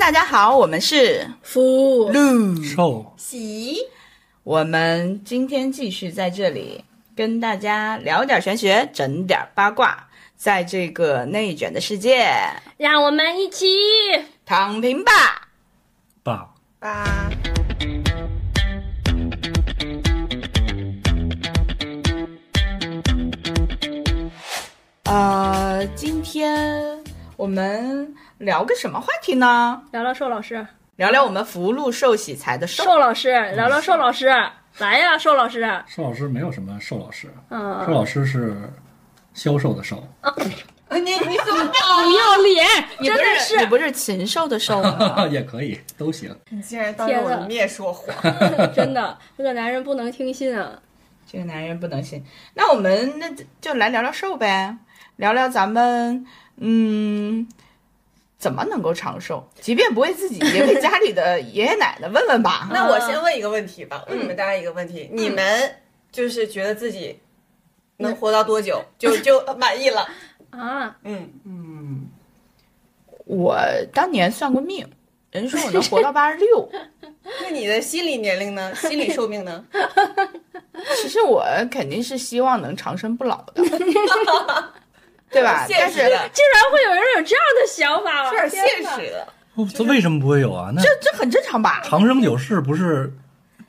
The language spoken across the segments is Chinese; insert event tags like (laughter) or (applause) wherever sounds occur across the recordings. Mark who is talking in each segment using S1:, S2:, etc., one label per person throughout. S1: 大家好，我们是
S2: 夫
S1: 露，
S3: 臭
S2: 喜，
S1: 我们今天继续在这里跟大家聊点玄学，整点八卦，在这个内卷的世界，
S2: 让我们一起
S1: 躺平吧。
S3: 吧，
S2: 吧。
S1: 呃，今天我们聊个什么话题呢？
S2: 聊聊寿老师，
S1: 聊聊我们福禄寿喜财的寿。
S4: (laughs)
S2: 寿老师，聊聊寿老师，来呀，寿老师，
S3: 寿老师没有什么寿老师，寿
S2: 嗯，
S3: 老师是销售的售，
S1: 你你怎么
S2: 不要脸，
S1: 你
S2: 真
S1: 不
S2: 的
S1: 是你不是禽兽的兽吗？
S3: 啊也可以都行。
S4: (laughs) 你竟然当着我的面说谎，
S2: (laughs) 真的，这个男人不能听信啊。
S1: 这个男人不能信。那我们那就来聊聊瘦呗，聊聊咱们嗯怎么能够长寿，即便不为自己，也给家里的 (laughs) 爷爷奶奶问问吧。
S4: 那我先问一个问题吧，问你们大家一个问题：你们就是觉得自己能活到多久就就满意了？
S2: 啊，
S4: 嗯，
S1: 我当年算过命，人说我能活到八十六，
S4: 那你的心理年龄呢？心理寿命呢？
S1: 其实我肯定是希望能长生不老的，对吧？
S4: 现
S1: 但
S4: 实
S1: 是
S4: 的，
S2: 竟然会有人有这样的想法吗？
S4: 这是现
S2: 天哪
S4: 实的。
S3: 哦这为什么不会有啊？那
S1: 这这很正常吧？
S3: 长生久世不是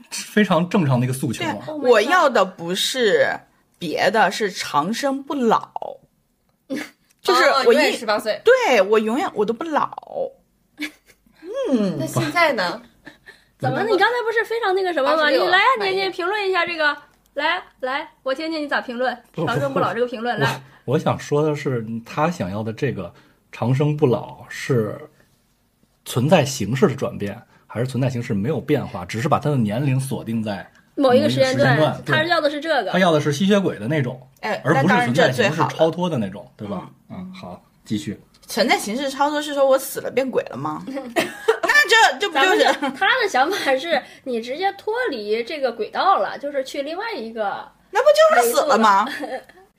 S3: 非常正常的一个诉求啊
S1: 对
S3: 吗？，
S2: Oh my
S1: 我
S2: God
S1: 要的不是别的，是长生不老，就是
S4: 哦
S1: 我
S4: 永远
S1: 一
S4: 十八岁。
S1: 对我永远我都不老。
S4: 那现在呢？
S2: 怎么？你刚才不是非常那个什么吗？你
S4: 86
S2: 来呀，
S4: 满
S2: 你
S4: 意
S2: 你评论一下这个，来来，我听听你咋评论“长生不老”这个评论。来，
S3: 我我想说的是，他想要的这个长生不老是存在形式的转变，还是存在形式没有变化，只是把他的年龄锁定在
S2: 某一个时间
S3: 某一个时间段对
S2: 他是要的是这
S3: 他
S2: 个。
S3: 要的是吸血鬼的那种，
S1: 哎，
S3: 而
S1: 那
S3: 不是
S1: 当然
S3: 存在
S1: 这最
S3: 形式
S1: 好
S3: 超
S1: 了。
S3: 脱的那种，对吧？嗯，好，继续。
S1: 存在形式操作是说我死了变鬼了吗？ (laughs) 那这这不
S2: 嗯咱
S1: 就
S2: 们
S1: 是
S2: 这 (laughs) 他的想法是你直接脱离这个轨道了，就是去另外一个，
S1: 那不就是死了
S2: (laughs)
S1: 吗？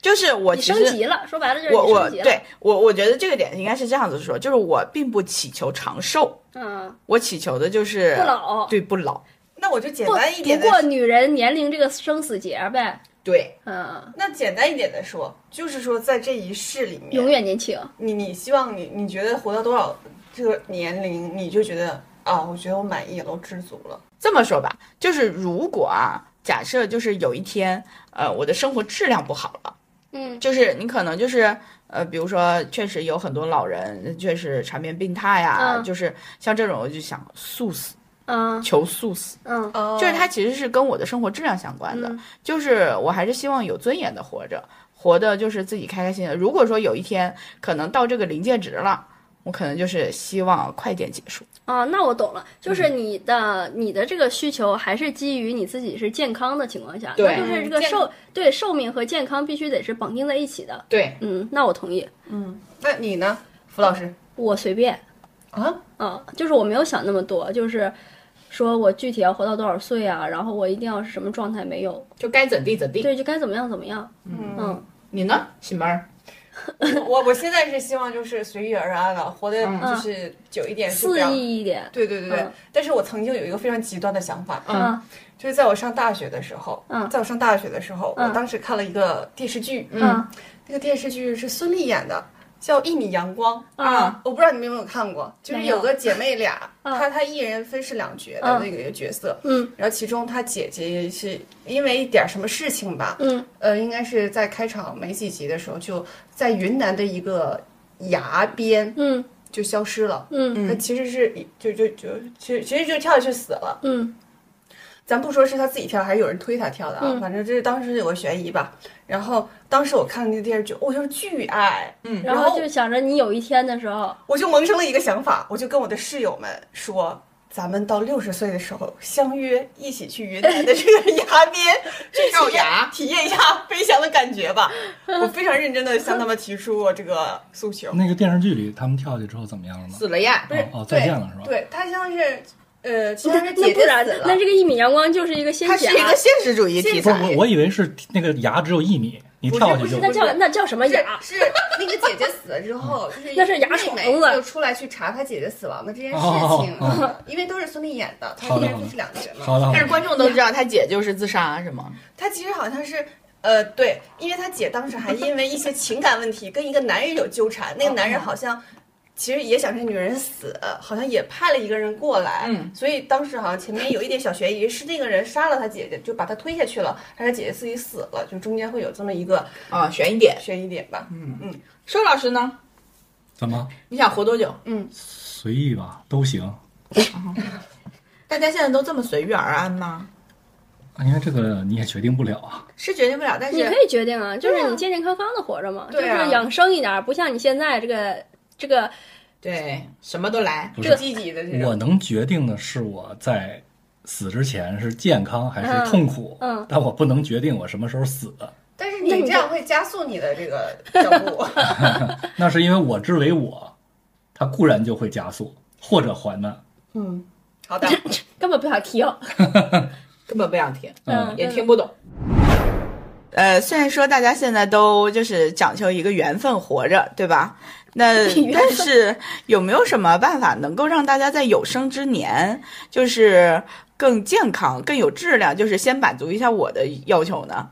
S1: 就是我
S2: 你
S1: 其
S2: 升
S1: 实
S2: 级了。说白了就是
S1: 我
S2: 你
S1: 我
S2: 升级了。
S1: 对我我觉得这个点应该是这样子说，就是我并不祈求长寿，
S2: 嗯，
S1: 我祈求的就是
S2: 不老。
S1: 对啊不老，
S4: 那我就简
S2: 不
S4: 单一点
S2: 不
S4: 的，
S2: 过女人年龄这个生死节呗。
S1: 对
S2: 嗯，
S4: 那简单一点的说，就是说在这一世里
S2: 永
S4: 面，
S2: 远年轻。
S4: 你你希望你你觉得活到多少这个年龄，你就觉得啊，我觉得我满意了，我知足了。
S1: 这么说吧，就是如果啊，假设就是有一天，呃，我的生活质量不好了，
S2: 嗯
S1: 就是你可能就是呃，比如说确实有很多老人确实缠绵病态呀、
S2: 嗯
S1: 就是像这种我就想速死，
S2: 嗯
S1: 求速死，
S2: 嗯
S4: 哦
S1: 就是它其实是跟我的生活质量相关的，
S2: 嗯
S1: 就是我还是希望有尊严的活着，活的就是自己开开心心的。如果说有一天可能到这个临界值了，我可能就是希望快点结束。
S2: 啊，那我懂了，就是
S1: 嗯
S2: 你的、你的这个需求还是基于你自己是健康的情况下，
S1: 对
S2: 那就是这
S4: 嗯
S2: 个
S4: 健
S2: 寿对寿命和健康必须得是绑定在一起的。
S1: 对，
S2: 嗯，那我同意，
S4: 那你呢，付老师
S2: 我随便
S4: 啊？
S2: 啊，就是我没有想那么多，就是说我具体要活到多少岁啊，然后我一定要是什么状态没有，
S1: 就该怎地怎地。
S2: 对，就该怎么样怎么样。嗯
S1: 你呢，喜妹儿？
S4: (laughs) 我我现在是希望就是随遇而安了，活得
S1: 嗯
S4: 就是久一点，是不
S2: 肆
S4: 要。
S2: 意一点。
S4: 对对对对
S2: 嗯，
S4: 但是我曾经有一个非常极端的想法，
S2: 啊
S4: 就是在我上大学的时候，
S2: 嗯
S4: 在我上大学的时候，我当时看了一个电视剧，
S2: 嗯
S4: 那个电视剧是孙俪演的，叫《一米阳光》
S2: 啊，
S4: 我不知道你们有没有看过，就是
S2: 没有
S4: 有个姐妹俩，
S2: (laughs) 嗯
S4: 她她一人分饰两角的
S2: 嗯
S4: 那个角色，
S2: 嗯
S4: 然后其中她姐姐是因为一点什么事情吧，
S2: 嗯
S4: 呃，应该是在开场没几集的时候，就在云南的一个崖边
S2: 嗯
S4: 就消失了。
S2: 嗯
S4: 那其实是就就就其实其实就跳下去死了。
S2: 嗯
S4: 咱不说是他自己跳，还是有人推他跳的啊，
S2: 嗯
S4: 反正这是当时有个悬疑吧。然后当时我看那个电视剧，我就是巨爱，
S2: 嗯，
S4: 然
S2: 然
S4: 后
S2: 后就想着你有一天的时候，
S4: 我就萌生了一个想法，我就跟我的室友们说。咱们到六十岁的时候相约一起去云南的这个崖边 (laughs) 去体验
S1: 跳崖
S4: 体验一下飞翔的感觉 (laughs) 吧。我非常认真的向他们提出我这个诉求。
S3: 那个电视剧里他们跳下去之后怎么样了吗？
S1: 死了呀！
S4: 对
S3: 哦，(laughs)
S4: 对
S3: 再见了是吧？
S4: 对，他像是呃，其实
S2: 那
S4: 是
S2: 那
S4: 姐
S2: 不
S4: 姐
S2: 然
S4: 死了，
S2: 那这个一米阳光就是一个仙
S1: 它
S2: 侠
S1: 是一，个现实主义题
S4: 现
S3: 不
S1: 材
S4: 实
S3: 是。我，我以为是那个牙只有一米，你跳下
S5: 不是
S3: 去就
S5: 不
S2: 那
S5: 是
S2: 叫那叫什么
S4: 是
S2: 雅？
S4: 是那个姐姐死了之
S3: (laughs)
S4: 后，就是
S2: 那是牙
S4: 妹
S2: 床
S4: 妹
S2: 了
S4: 就出来去查她姐姐死亡的这件事
S3: 哦
S4: 情
S3: 哦哦，
S4: 因为都是孙俪演的，她
S3: 好
S4: 一
S3: 的
S4: 人
S3: 好的
S4: 就是两个角嘛。
S3: 好的好
S1: 但是
S3: 的，
S1: 观众都知道他姐就是自杀啊是吗？
S5: 他其实好像是。呃，对，因为他姐当时还因为一些情感问题跟一个男人有纠缠，那个
S4: 哦
S5: 男人好像其实也想这女人死，好像也派了一个人过来，
S1: 嗯，
S5: 所以当时好像前面有一点小嫌疑，是那个人杀了他姐姐，就把他推下去了，但是他姐姐自己死了，就中间会有这么一个
S1: 啊，悬一点。
S5: 悬疑点吧。
S2: 嗯
S1: 寿老师呢？
S3: 怎么
S1: 你想活多久？
S3: 随意吧，都行。
S1: 大家现在都这么随遇而安吗？
S3: 因为这个你也决定不了啊，
S1: 是决定不了，但
S2: 你
S1: 是
S2: 可以决定啊，就是你健健康康的活着嘛，就
S1: 对
S2: 是
S1: 啊
S2: 养生一点，不像你现在这个这个
S1: 对什么都来，
S3: 不是
S1: 积极的这
S3: 我能决定的是我在死之前是健康还是痛苦，
S2: 嗯嗯
S3: 但我不能决定我什么时候死，
S4: 但是
S2: 那
S4: 你
S2: 你
S4: 这
S2: 就
S4: 样会加速你的这
S5: (laughs)
S4: 个脚步。
S3: 那是因为我之为我，它固然就会加速或者缓慢。
S5: 嗯，好的，
S2: 根本不想提哦。 (laughs)
S1: 根本不想听，
S3: 嗯
S1: 也听不懂。呃，虽然说大家现在都就是讲求一个缘分活着，对吧？ (laughs) 那但是有没有什么办法能够让大家在有生之年就是更健康、更有质量？就是先满足一下我的要求呢？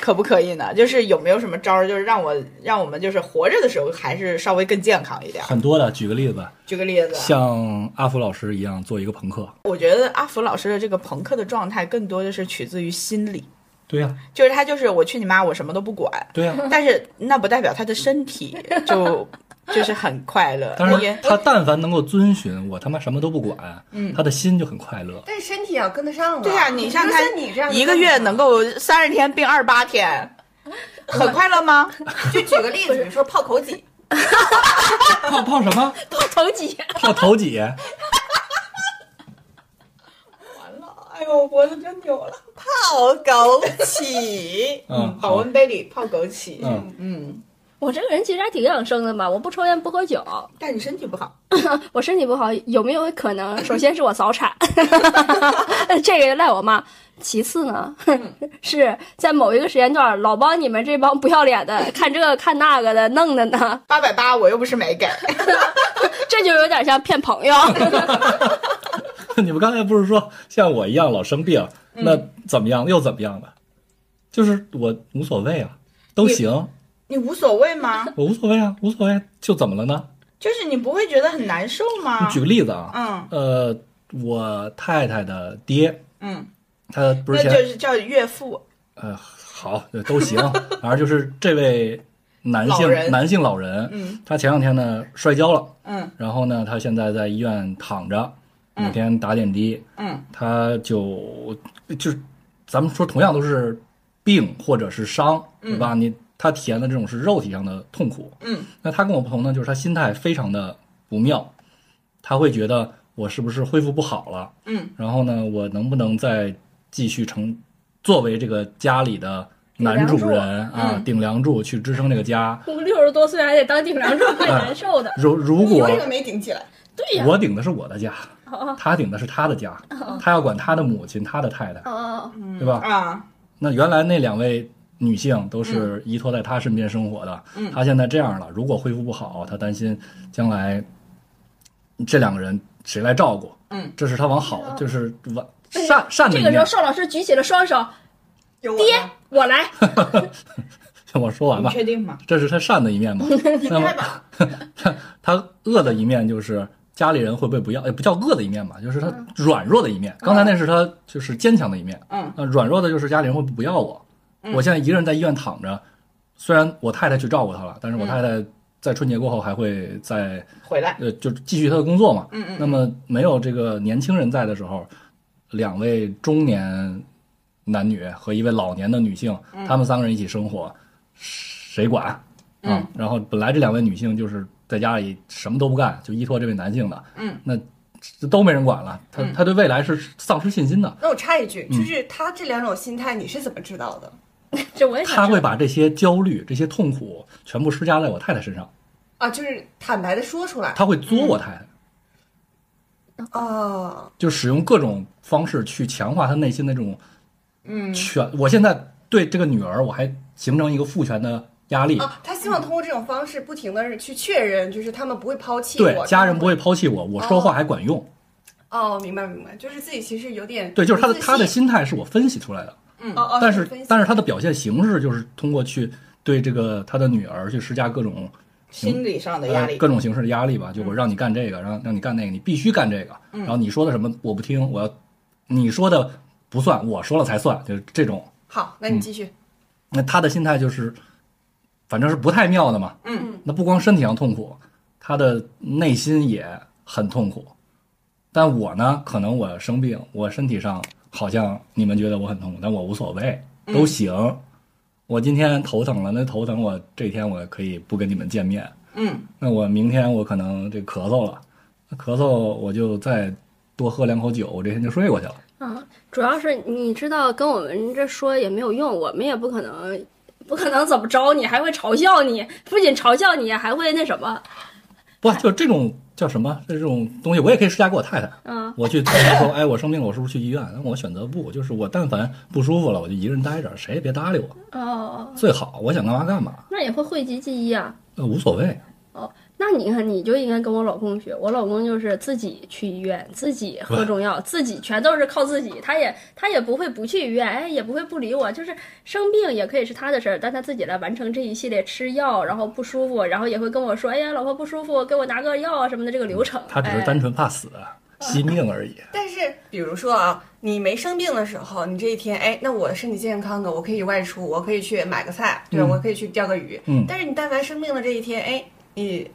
S1: 可不可以呢？就是有没有什么招儿，就是让我让我们就是活着的时候还是稍微更健康一点？
S3: 很多的，举个例子吧，
S1: 举个例子，
S3: 像阿福老师一样做一个朋克，
S1: 我觉得阿福老师的这个朋克的状态更多的是取自于心理，
S3: 对呀、
S1: 就是他就是我去你妈，我什么都不管，
S3: 对呀、
S1: 但是那不代表他的身体就就是很快乐。
S3: 但是
S1: 也
S3: 他但凡能够遵循我他妈什么都不管，
S1: 嗯
S3: 他的心就很快乐。
S4: (laughs) 但是身体要跟得上啊。
S1: 对呀你像他
S4: 就你这样
S1: 一个月能
S4: 够。
S1: 够三十天病二十八天，很快乐吗？
S5: 就举个例
S1: (laughs)
S5: 子，比如说泡枸杞，
S3: 泡泡什么？
S2: 泡头几？ (laughs)
S3: 泡头几？ (laughs)
S5: 哎呦，我脖子真扭了，泡枸杞，
S3: 嗯，
S1: 保
S3: 好，
S1: 温杯里泡枸杞。
S3: 嗯
S1: 嗯，
S2: 我这个人其实还挺养生的嘛，我不抽烟不喝酒，
S1: 但你身体不好，
S2: 我身体不好，有没有可能？首先是我早产， (laughs) 这个赖我妈。其次呢，
S3: 嗯
S2: (laughs) 是在某一个时间段，老帮你们这帮不要脸的看这个看那个的弄的呢，
S1: 八百八我又不是没给。
S2: 这就有点像骗朋友。
S3: 你们刚才不是说像我一样老生病，
S1: 嗯
S3: 那怎么样又怎么样的？就是我无所谓啊，都行，
S1: 你无所谓
S3: (laughs)
S1: 吗？
S3: 我无所谓啊，无所谓，就怎么了呢？
S1: 就是你不会觉得很难受吗
S3: 你？举个例子啊，
S1: 嗯
S3: 呃，我太太的爹，
S1: 嗯，
S3: 他不
S1: 那
S3: 是前
S1: 就是叫岳父。
S3: 呃，好，呃都行。反正就是这位男性
S1: 老人
S3: 男性老人，
S1: 嗯
S3: 他前两天呢摔跤了，
S1: 嗯
S3: 然后呢，他现在在医院躺着，
S1: 嗯
S3: 每天打点滴，
S1: 嗯
S3: 他就就是咱们说同样都是病或者是伤，
S5: 嗯
S3: 对吧？你他体验的这种是肉体上的痛苦，
S1: 嗯，
S3: 那他跟我不同呢，就是他心态非常的不妙，他会觉得我是不是恢复不好了？
S1: 嗯，
S3: 然后呢，我能不能再继续成作为这个家里的男主人
S5: 嗯
S3: 啊，顶梁柱去支撑这个家？
S2: (laughs) 我六十多岁还得当顶梁柱，怪难受的。
S3: 如如
S5: 你
S3: 果
S5: 为什么没顶起来？
S2: (laughs) 哎对呀、哦
S3: 我顶的是我的家，他顶的是他的家，他要管他的母亲、他的太太，
S2: 哦哦哦，
S3: 对吧？
S1: 啊，
S3: 那原来那两位女性都
S2: 嗯
S3: 是依托在他身边生活的，他现在这样了，如果恢复不好，他担心将来这两个人谁来照顾？
S1: 嗯，
S3: 这是他往好，就是往善善的
S2: 哦这个
S3: 一
S2: 时候
S3: 面。
S2: 邵老师举起了双手，
S5: 有我
S2: 爹
S5: 吗，
S2: 我来。
S3: (laughs) 我说完
S1: 你
S3: 吧，
S1: 确定吗？
S3: 这是他善的一面嘛？那么他 (laughs) 他恶的一面就是家里人会不会不要？也不叫恶的一面吧，就是他软弱的一面。刚才那是他就是坚强的一面。
S1: 嗯
S3: 呃，软弱的就是家里人会不要我。我现在一个人在医院躺着，虽然我太太去照顾他了，但是我太太在春节过后还会在
S1: 回来。
S3: 呃，就继续她的工作嘛。
S1: 嗯嗯
S3: 那么没有这个年轻人在的时候，两位中年男女和一位老年的女性，他们三个人一起生活，谁管啊？
S1: 嗯
S3: 然后本来这两位女性就是在家里什么都不干，就依托这位男性的。
S1: 嗯，
S3: 那这都没人管了，他
S1: 嗯
S3: 他对未来是丧失信心的。
S5: 那我插一句，
S3: 嗯
S5: 就是他这两种心态，你是怎么知道的？
S2: 这我也
S3: 他
S2: 想
S3: 会
S2: 说，
S3: 把这些焦虑、这些痛苦全部施加在我太太身上，
S5: 啊，就是坦白的说出来
S3: 他会
S1: 嗯
S3: 作我太太，
S4: 哦
S5: 啊，
S3: 就使用各种方式去强化他内心的这种
S1: 嗯
S3: 全。我现在对这个女儿，我还形成一个父权的压力。
S4: 啊，他希望通过这种方式不停的去确认，就是他们不会抛弃我，
S3: 对，家人不会抛弃我，我说话还管用。
S4: 哦，明白明白，就是自己其实有点
S3: 对，就是他的
S4: 不自信
S3: 他的心态是我分析出来的，
S4: 哦哦，
S3: 但是
S4: 分析
S3: 但是他的表现形式就是通过去对这个他的女儿去施加各种
S1: 心理上的压
S3: 呃
S1: 力，
S3: 各种形式的压力
S4: 嗯
S3: 吧，就我让你干这个，让让你干那个，你必须干这个，然后你说的什么我不听，我要你说的不算，我说了才算，就是这种。
S4: 好，
S3: 嗯
S4: 那你继续，
S3: 那他的心态就是，反正是不太妙的嘛。
S1: 嗯，
S3: 那不光身体上痛苦，他的内心也很痛苦。但我呢，可能我生病，我身体上好像你们觉得我很痛苦，但我无所谓，都
S1: 嗯
S3: 行。我今天头疼了，那头疼我这天我可以不跟你们见面。
S1: 嗯，
S3: 那我明天我可能这咳嗽了，咳嗽我就再多喝两口酒，我这天就睡过去了。
S2: 啊，主要是你知道，跟我们这说也没有用，我们也不可能，不可能怎么着你，还会嘲笑你，不仅嘲笑你，还会那什么，
S3: 不，就这种叫什么这种东西，我也可以施加给我太太。
S2: 嗯，
S3: 我去跟她说，哎，我生病了，我是不是去医院？那我选择不，就是我但凡不舒服了，我就一个人待着，谁也别搭理我，
S2: 哦，
S3: 最好我想干嘛干嘛，
S2: 那也会讳疾忌医啊。
S3: 呃，无所谓。
S2: 那你看，你就应该跟我老公学。我老公就是自己去医院，自己喝中药，自己全都是靠自己。他也他也不会不去医院，哎，也不会不理我。就是生病也可以是他的事儿，但他自己来完成这一系列吃药，然后不舒服，然后也会跟我说，哎呀，老婆不舒服，给我拿个药啊什么的这个流程。
S3: 嗯他只是
S2: 哎
S3: 单纯怕死、啊惜命而已。
S4: 但是比如说啊，你没生病的时候，你这一天，哎，那我身体健康的，我可以外出，我可以去买个菜，对吧？
S3: 嗯
S4: 我可以去钓个鱼。
S3: 嗯
S4: 但是你但凡生病了这一天，哎，你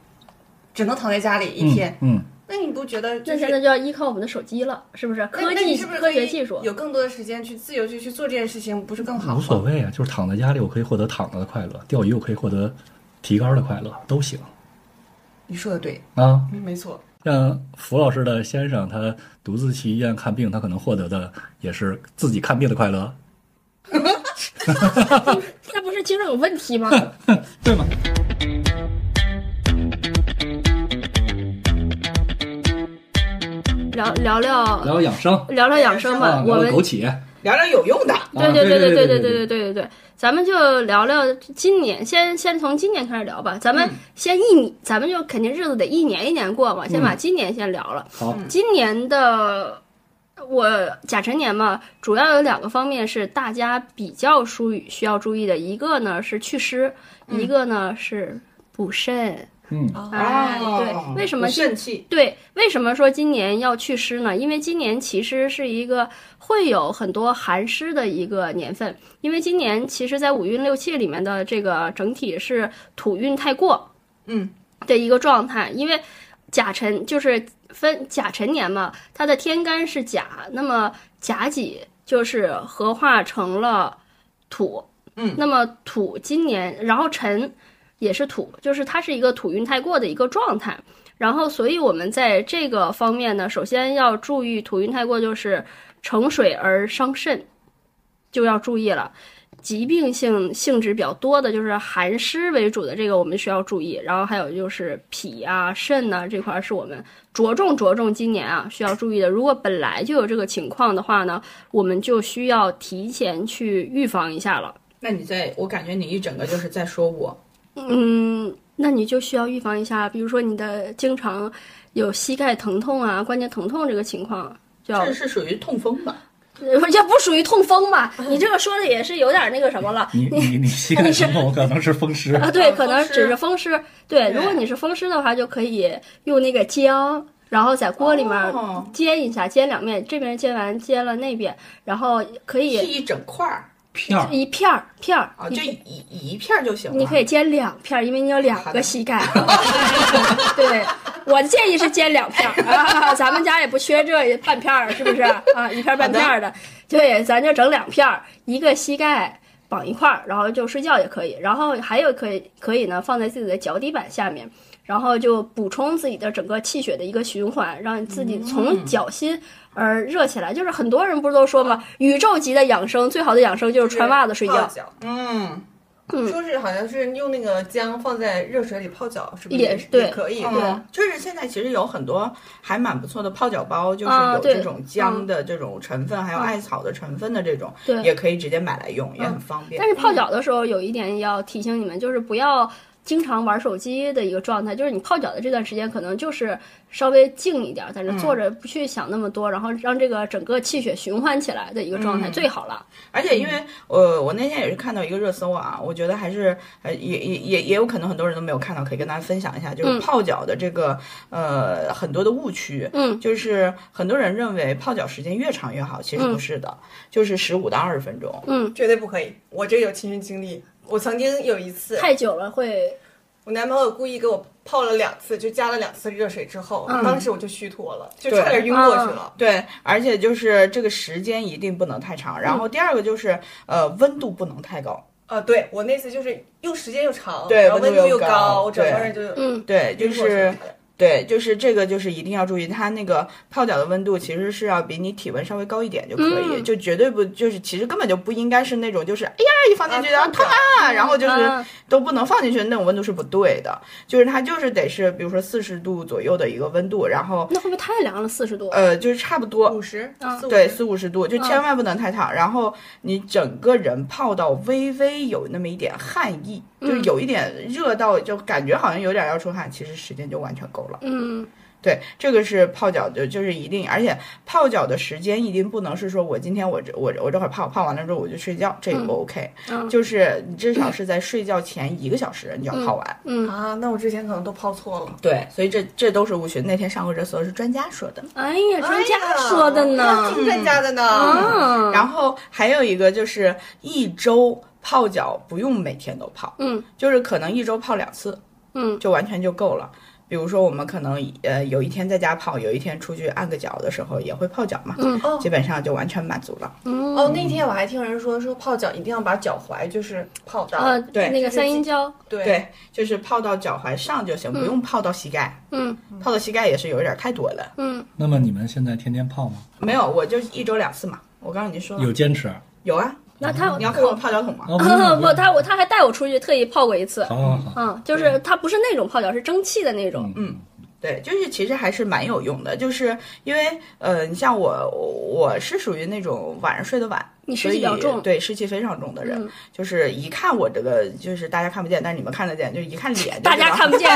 S4: 只能躺在家里一
S3: 嗯
S4: 天，
S3: 嗯，
S4: 那你不觉得
S2: 那
S4: 就是
S2: 现在就要依靠我们的手机了，是不是？
S4: 那
S2: 科
S4: 那你
S2: 技
S4: 是不是
S2: 科
S4: 可
S2: 学
S4: 以
S2: 技术，
S4: 有更多的时间去自由去去做这件事情，不是更好
S3: 无
S4: 吗？
S3: 所谓啊，就是躺在家里，我可以获得躺着的快乐，钓鱼我可以获得提杆的快乐，都行
S4: 你说的对，
S3: 啊。
S4: 嗯没错。
S3: 像福老师的先生，他独自去医院看病，他可能获得的也是自己看病的快乐，
S2: 那不是精神有问题吗？
S3: (laughs) 对吗？
S2: 聊聊聊
S3: 聊聊养生
S2: 聊聊养生吧
S3: 啊，，
S2: 我
S3: 聊
S2: 们
S3: 聊枸杞。
S1: 聊聊有用的，
S2: 对对
S3: 对
S2: 嗯对
S3: 对对
S2: 对对对对对，咱们就聊聊今年，先先从今年开始聊吧。咱
S3: 嗯
S2: 们先一年，咱们就肯定日子得一年一年过嘛，
S3: 嗯
S2: 先把今年先聊了。
S3: 好，
S2: 今年的我甲辰年嘛，主要有两个方面是大家比较疏于需要注意的，一个呢是祛湿，一个呢是补肾。
S3: 嗯
S2: 哎，
S1: 哦
S2: 对，为什么
S1: 不
S2: 今
S1: 肾气？
S2: 对，为什么说今年要祛湿呢？因为今年其实是一个会有很多寒湿的一个年份，因为今年其实在五运六气里面的这个整体是土运太过，
S1: 嗯，
S2: 的一个状态，因为甲辰就是分甲辰年嘛，它的天干是甲，那么甲己就是合化成了土，
S1: 嗯，
S2: 那么土今年，然后辰也是土，就是它是一个土运太过的一个状态。然后，所以我们在这个方面呢，首先要注意土运太过，就是盛水而伤肾，就要注意了。疾病性性质比较多的，就是寒湿为主的这个我们需要注意。然后还有就是脾啊、肾呐、这块儿是我们着重着重今年啊需要注意的。如果本来就有这个情况的话呢，我们就需要提前去预防一下了。
S1: 那你在我感觉你一整个就是在说我，
S2: 嗯，那你就需要预防一下，比如说你的经常有膝盖疼痛啊、关节疼痛这个情况，就要
S1: 这是属于痛风吧？
S2: 也不属于痛风吧？你这个说的也是有点那个什么了。
S3: 你你你膝盖疼痛可能是风湿，
S2: 啊，对，
S1: 嗯
S2: 可能
S1: 风湿
S2: 只是风湿。对，
S1: 对
S2: 如果你是风湿的话，就可以用那个姜，然后在锅里面
S1: 哦
S2: 煎一下，煎两面，这边煎完煎了那边，然后可
S1: 是
S2: 以
S1: 一整块儿
S3: 片儿
S2: 一片儿片儿
S1: 啊，
S2: 一
S1: 就一一片儿就行了。
S2: 你可以煎两片儿，因为你有两个膝盖。 (laughs) 对，我的建议是煎两片儿啊，咱们家也不缺这半片儿，是不是啊？一片儿半片儿的，对，咱就整两片儿，一个膝盖绑一块儿，然后就睡觉也可以。然后还有可以可以呢，放在自己的脚底板下面。然后就补充自己的整个气血的一个循环，让自己从脚心而热起来。就是很多人不是都说嘛，宇宙级的养生，最好的养生就是穿袜子睡觉
S4: 泡。脚
S1: 嗯，
S2: 嗯
S4: 说是好像是用那个姜放在热水里泡脚，是不是
S2: 也
S4: 也
S2: 是对
S4: 可以？
S2: 对
S1: 嗯，就是现在其实有很多还蛮不错的泡脚包，就是
S2: 啊
S1: 有
S2: 对嗯
S1: 这种姜的这种成分，还有艾草的成分的这种，
S2: 对嗯
S1: 也可以直接买来用，也很方便
S2: 但。是泡脚的时候有一点要提醒你们，就是不要经常玩手机的一个状态，就是你泡脚的这段时间，可能就是稍微静一点，在那
S1: 嗯
S2: 坐着不去想那么多，然后让这个整个气血循环起来的一个状态
S1: 嗯
S2: 最好了。
S1: 而且因为呃，我那天也是看到一个热搜啊，我觉得还是呃，也也也也有可能很多人都没有看到，可以跟大家分享一下，就
S2: 嗯
S1: 是泡脚的这个呃很多的误区。
S2: 嗯
S1: 就是很多人认为泡脚时间越长越好，其实不是的，就是十五到二十分钟。
S2: 嗯，
S4: 绝对不可以，我这有亲身经历。我曾经有一次，
S2: 太久了会
S4: 我男朋友故意给我泡了两次，就加了两次热水之后，
S2: 嗯
S4: 当时我就虚脱了，就
S1: 对
S4: 差点晕过去了。
S1: 对，而且就是这个时间一定不能太长。然后
S2: 嗯
S1: 第二个就是，呃，温度不能太高。
S4: 呃，对我那次就是又时间又长，
S1: 对
S4: 然后
S1: 温
S4: 温
S1: 度又
S4: 又
S1: 高
S4: 我整个
S1: 对
S4: 人就
S2: 嗯
S1: 对，就
S4: 晕过去
S1: 是
S4: 了
S1: 对，就是这个就是一定要注意，它那个泡脚的温度其实是要比你体温稍微高一点就可以，
S2: 嗯
S1: 就绝对不就是其实根本就不应该是那种就是哎呀一放进去然
S4: 啊
S1: 后痛啊， (laughs) 然后就是
S2: 啊
S1: 都不能放进去的那种温度是不对的，就是它就是得是比如说四十度左右的一个温度，然后
S2: 那会不会太凉了？四十度，
S1: 呃就是差不多
S4: 五十
S2: 嗯，
S4: 四五
S1: 对，
S4: 十
S1: 四五十度，就千万不能太烫。然后你整个人泡到微微有那么一点汗意，就是
S2: 嗯
S1: 有一点热到，就感觉好像有点要出汗，其实时间就完全够了。
S2: 嗯
S1: 对，这个是泡脚的，就是一定，而且泡脚的时间一定不能是说我今天我这我我这会儿泡泡完了之后我就睡觉，这个不 OK，、
S2: 嗯
S1: 就是你至少是在睡觉前一个小时你就要泡完。
S2: 嗯，
S4: 啊，那我之前可能都泡错了。
S1: 对，所以这这都是误区。那天上过热搜是专家说的。
S2: 哎呀，专
S4: 哎
S2: 家
S4: 呀
S2: 说的
S4: 那
S2: 呢，
S4: 听专家的呢。
S2: 啊，
S1: 嗯然后还有一个就是一周泡脚不用每天都泡，
S2: 嗯
S1: 就是可能一周泡两次
S2: 嗯
S1: 就完全就够了。比如说我们可能呃有一天在家泡，有一天出去按个脚的时候也会泡脚嘛，
S2: 嗯
S4: 哦
S1: 基本上就完全满足了。
S2: 嗯，
S4: 哦，那天我还听人说，说泡脚一定要把脚踝就是泡到，
S2: 呃，
S1: 对
S2: 那个三阴交，
S4: 对
S1: 对，就是泡到脚踝上就行，不用泡到膝盖。
S2: 嗯
S1: 泡到膝盖也是有一点太多了。
S2: 嗯，
S3: 那么你们现在天天泡吗？
S1: 没有，我就一周两次嘛。我刚刚已经说了，
S3: 有坚持？
S1: 有啊，
S2: 那他
S1: 你要看我泡脚桶吗？
S2: (laughs)
S3: 哦，
S2: 不，他我他还带我出去特意泡过一次，
S3: 好好好，
S2: 嗯，就是它不是那种泡脚，是蒸汽的那种，
S3: 嗯
S1: 对，就是其实还是蛮有用的，就是因为呃，你像我，我我是属于那种晚上睡得晚，
S2: 你湿
S1: 所
S2: 气
S1: 以
S2: 比较重，
S1: 对湿气非常重的人，
S2: 嗯
S1: 就是一看我这个，就是大家看不见，但是你们看得见，就是一
S2: (laughs)
S1: 看脸就知道，
S2: 大家
S1: (laughs)
S2: 看不见，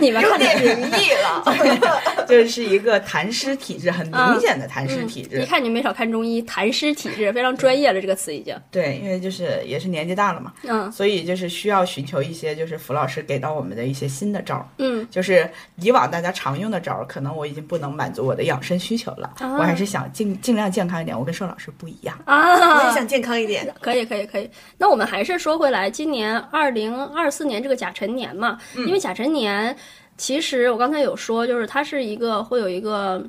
S2: 你们
S4: 有
S2: 看
S4: 点
S2: 见，
S4: 灵异
S2: (laughs)
S4: 了。 (laughs)
S1: 就是一个痰湿体质，很明显的痰湿
S2: 嗯
S1: 体，质。
S2: 一看你没少看中医，痰湿体质非常专业了，这个词已经，
S1: 对，因为就是也是年纪大了嘛，
S2: 嗯
S1: 所以就是需要寻求一些就是符老师给到我们的一些新的招儿。
S2: 嗯，
S1: 就是以往大家常用的招儿，可能我已经不能满足我的养生需求了，
S2: 啊
S1: 我还是想尽尽量健康一点。我跟盛老师不一样，
S4: 我
S2: 啊
S4: 也，想健康一点，
S2: 可以可以可以。那我们还是说回来，今年二零二四年这个甲辰年嘛，因为甲辰年，其实我刚才有说，就是它是一个会有一个。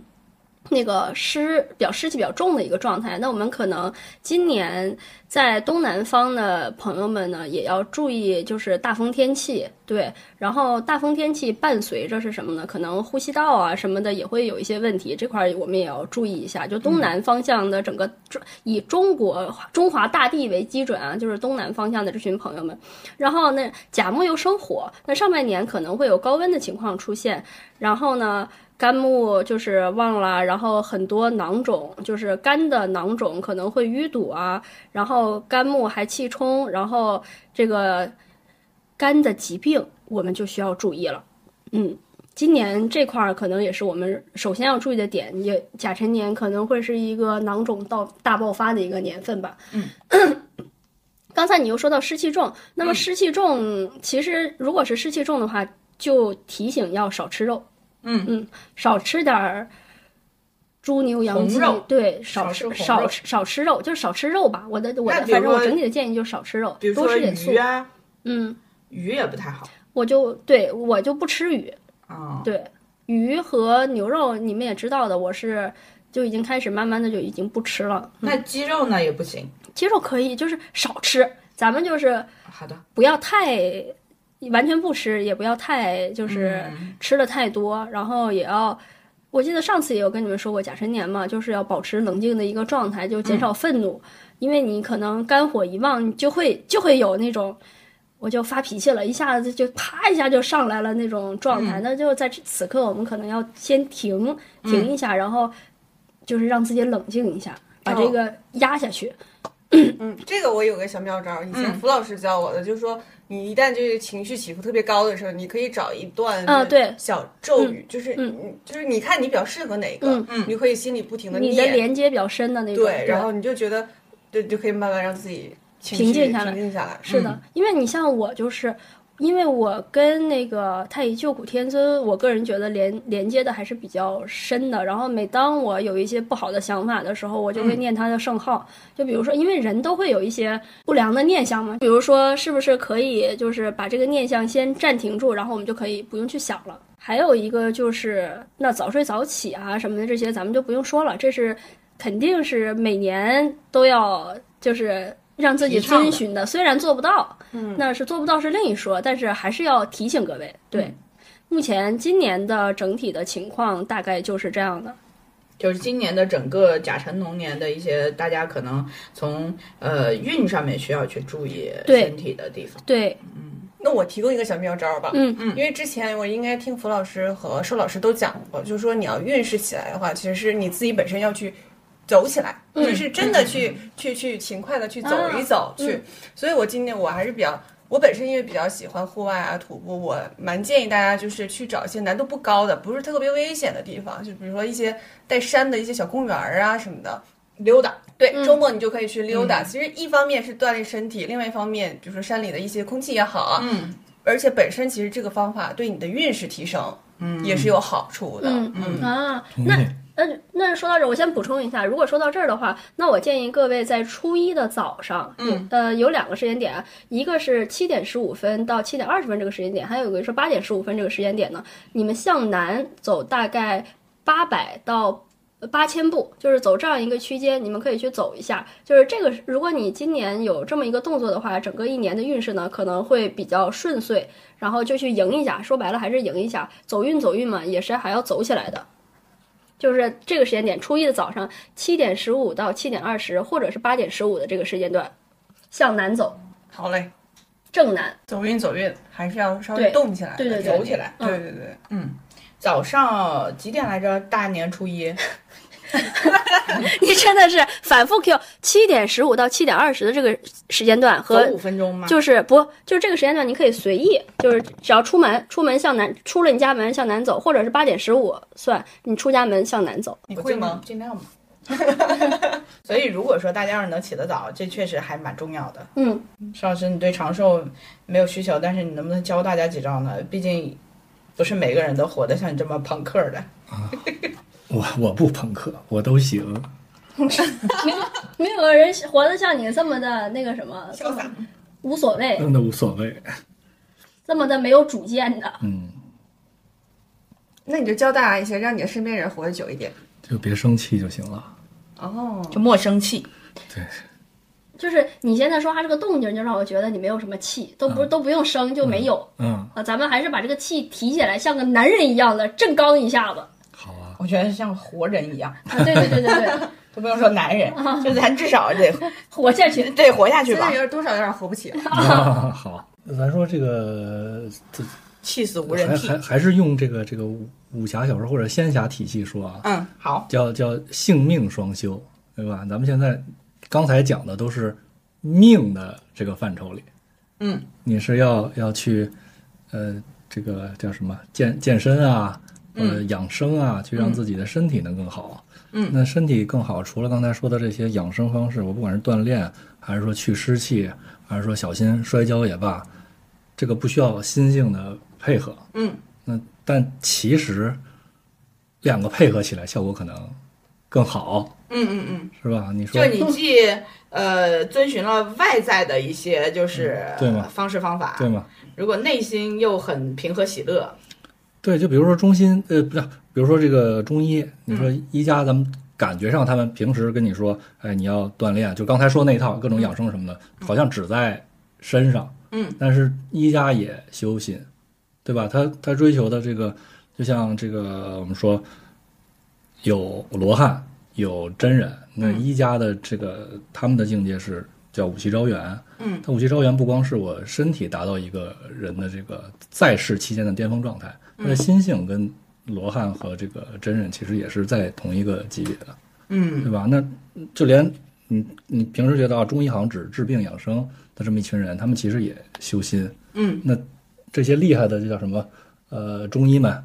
S2: 那个湿比较湿气比较重的一个状态，那我们可能今年在东南方的朋友们呢，也要注意就是大风天气，对，然后大风天气伴随着是什么呢？可能呼吸道啊什么的也会有一些问题，这块儿我们也要注意一下。就东南方向的整个中以中国中华大地为基准啊，就是东南方向的这群朋友们。然后呢，甲木又生火，那上半年可能会有高温的情况出现。然后呢，肝木就是旺了，然后很多囊肿，就是肝的囊肿可能会淤堵啊。然后肝木还气冲，然后这个肝的疾病我们就需要注意了。嗯。今年这块儿可能也是我们首先要注意的点，也甲辰年可能会是一个囊肿到大爆发的一个年份吧。嗯， (coughs) 刚才你又说到湿气重，
S1: 嗯
S2: 那么湿气重，其实如果是湿气重的话，就提醒要少吃肉。
S1: 嗯
S2: 嗯，少吃点儿猪牛羊
S1: 红
S2: 鸡
S1: 肉，
S2: 对，少
S1: 少
S2: 吃
S1: 吃红
S2: 少
S1: 肉
S2: 吃少吃肉，就是少吃肉吧。我的我的，
S1: 那比如
S2: 反正我
S1: 说
S2: 整体的建议就是少吃肉
S1: 比如，
S2: 多
S1: 说
S2: 吃点素
S1: 鱼。啊，
S2: 嗯，
S1: 鱼也不太好
S2: 我就对我就不吃鱼，
S1: 啊。
S2: 对，鱼和牛肉你们也知道的，我是就已经开始慢慢的就已经不吃了。
S1: 那鸡肉呢也不行。
S2: 鸡肉可以，就是少吃，咱们就是
S1: 好的，
S2: 不要太完全不吃，也不要太就是
S4: 嗯
S2: 吃的太多，然后也要。我记得上次也有跟你们说过甲辰年嘛，就是要保持冷静的一个状
S4: 嗯
S2: 态，就减少愤怒，因为你可能肝火一旺，你就会就会有那种我就发脾气了，一下子就啪一下就上来了那种状
S4: 嗯
S2: 态。那就在这此刻，我们可能要先停停一
S4: 嗯
S2: 下，然后就是让自己冷静一下，
S4: 哦
S2: 把这个压下去。
S4: 嗯，这个我有个小妙招，以前
S1: 嗯
S4: 胡老师教我的，就是说你一旦就是情绪起伏特别高的时候，你可以找一段
S2: 啊
S4: 就是
S2: 对
S4: 小咒语，就是
S2: 嗯
S4: 你就是你看你比较适合哪个
S2: 嗯，
S1: 嗯
S4: 你就可以心里不停的
S2: 你的
S4: 念，
S2: 连接比较深的那种，
S4: 对，然后你就觉得对就可以慢慢让自己情
S2: 平
S4: 绪
S2: 静下来
S4: 平静下来，
S2: 是的，因为你像我就是。因为我跟那个太乙救苦天尊，我个人觉得连连接的还是比较深的。然后每当我有一些不好的想法的时候，我就会念他的圣号。就比如说，因为人都会有一些不良的念想嘛，比如说是不是可以就是把这个念想先暂停住，然后我们就可以不用去想了。还有一个就是那早睡早起啊什么的这些，咱们就不用说了，这是肯定是每年都要就是让自己
S1: 提倡的
S2: 遵循的，虽然做不到，
S4: 嗯
S2: 那是做不到是另一说，但是还是要提醒各位。对，目前今年的整体的情况大概就是这样的。
S1: 就是今年的整个甲辰龙年的一些，大家可能从呃运上面需要去注意
S2: 对
S1: 身体的地方。
S2: 对，
S4: 那我提供一个小妙招吧，
S2: 嗯
S1: 嗯
S4: 因为之前我应该听冯老师和寿老师都讲过，就是说你要运势起来的话，其实是你自己本身要去走起来，就是真的去、去去勤快的去走一走、去。所以我今年我还是比较。我本身因为比较喜欢户外啊、徒步，我蛮建议大家就是去找一些难度不高的、不是特别危险的地方，就比如说一些带山的一些小公园儿啊什么的，嗯
S1: 溜达，
S4: 对，周末你就可以去溜达。其实一方面是锻炼身体，另外一方面，比如说山里的一些空气也好啊，
S1: 嗯
S4: 而且本身其实这个方法对你的运势提升，嗯，也是有好处的。
S2: 嗯啊，那那那说到这儿，我先补充一下，如果说到这儿的话，那我建议各位在初一的早上，嗯，呃，有两个时间点啊，一个是七点十五分到七点二十分这个时间点，还有一个是八点十五分这个时间点呢，你们向南走大概八百到。八千步就是走这样一个区间，你们可以去走一下。就是这个，如果你今年有这么一个动作的话，整个一年的运势呢可能会比较顺遂，然后就去迎一下。说白了还是迎一下，走运走运嘛，也是还要走起来的。就是这个时间点，初一的早上七点十五到七点二十，或者是八点十五的这个时间段，向南走，
S4: 好嘞，
S2: 正南。
S4: 走运走运，还是要稍微
S2: 对
S4: 动起来，
S2: 对对嗯对
S1: 哎走起来。
S4: 对对对，
S1: 早上几点来着？大年初一，
S2: (laughs) 你真的是反复 Q 七点十五到七点二十的这个时间段
S1: 走
S2: 和
S1: 五分钟吗？
S2: 就是不，就是这个时间段你可以随意，就是只要出门，出门向南，出了你家门向南走，或者是八点十五算你出家门向南走。
S4: 你
S1: 我
S4: 会
S1: 尽
S4: 吗？
S1: 尽量吧。 (laughs) 所以，如果说大家要是能起得早，这确实还蛮重要的。
S2: 嗯，
S1: 邵老师，你对长寿没有需求，但是你能不能教大家几招呢？毕竟不是每个人都活得像你这么朋克的。
S3: 我我不朋克，我都行。
S2: 没有啊人活得像你这么的那个什么，这么无所谓，
S1: 嗯
S3: 真的无所谓。
S2: 这么的没有主见的。
S3: 嗯，
S4: 那你就教大家一些，让你的身边人活得久一点。
S3: 就别生气就行了。
S4: 哦，
S1: 就莫生气，
S3: 对，
S2: 就是你现在说话这个动静，就让我觉得你没有什么气，都不、都不用生就没有、
S3: 嗯，
S2: 啊。咱们还是把这个气提起来，像个男人一样的正刚一下子
S3: 好啊。 (laughs)
S1: 我觉得像活人一样，
S2: 啊！对对对对对，
S1: 都不用说男 (laughs) 人，就咱至少得
S2: 活下
S4: (laughs)
S2: 去。
S1: 得活下去
S4: 现在
S1: 吧
S4: 有。点多少有点活不起了。
S3: 啊，好，咱说这个，这
S1: 气死无人
S3: 还
S1: 替
S3: 还。还是用这个这个武武侠小说或者仙侠体系说啊，
S1: 嗯，好，
S3: 叫叫性命双修，对吧？咱们现在刚才讲的都是命的这个范畴里，
S1: 嗯，
S3: 你是要要去，呃，这个叫什么健健身啊，呃，养生啊，去让自己的身体能更好。
S1: 嗯
S3: 那身体更好，除了刚才说的这些养生方式，我不管是锻炼，还是说去湿气，还是说小心摔跤也罢，这个不需要心性的配合。
S1: 嗯，
S3: 那但其实两个配合起来效果可能更好，
S1: 嗯嗯嗯，
S3: 是吧？你说
S1: 就你既呃遵循了外在的一些就是
S3: 嗯对嘛
S1: 方式方法，
S3: 对吗？
S1: 如果内心又很平和喜乐，
S3: 对，就比如说中心，呃，不是，比如说这个中医，你说医家，咱们感觉上他们平时跟你说，哎，你要锻炼，就刚才说那一套各种养生什么的，好像只在身上，
S1: 嗯，
S3: 但是医家也修心，对吧？他他追求的这个，就像这个我们说有罗汉，有真人，那医家的这个他们的境界是。叫武器招员。嗯，它武器招员不光是我身体达到一个人的这个在世期间的巅峰状态，它的心性跟罗汉和这个真人其实也是在同一个级别的，
S1: 嗯，
S3: 对吧？那就连你你平时觉得啊，中医好像只治病养生的这么一群人，他们其实也修心。
S1: 嗯，
S3: 那这些厉害的就叫什么？呃，中医们，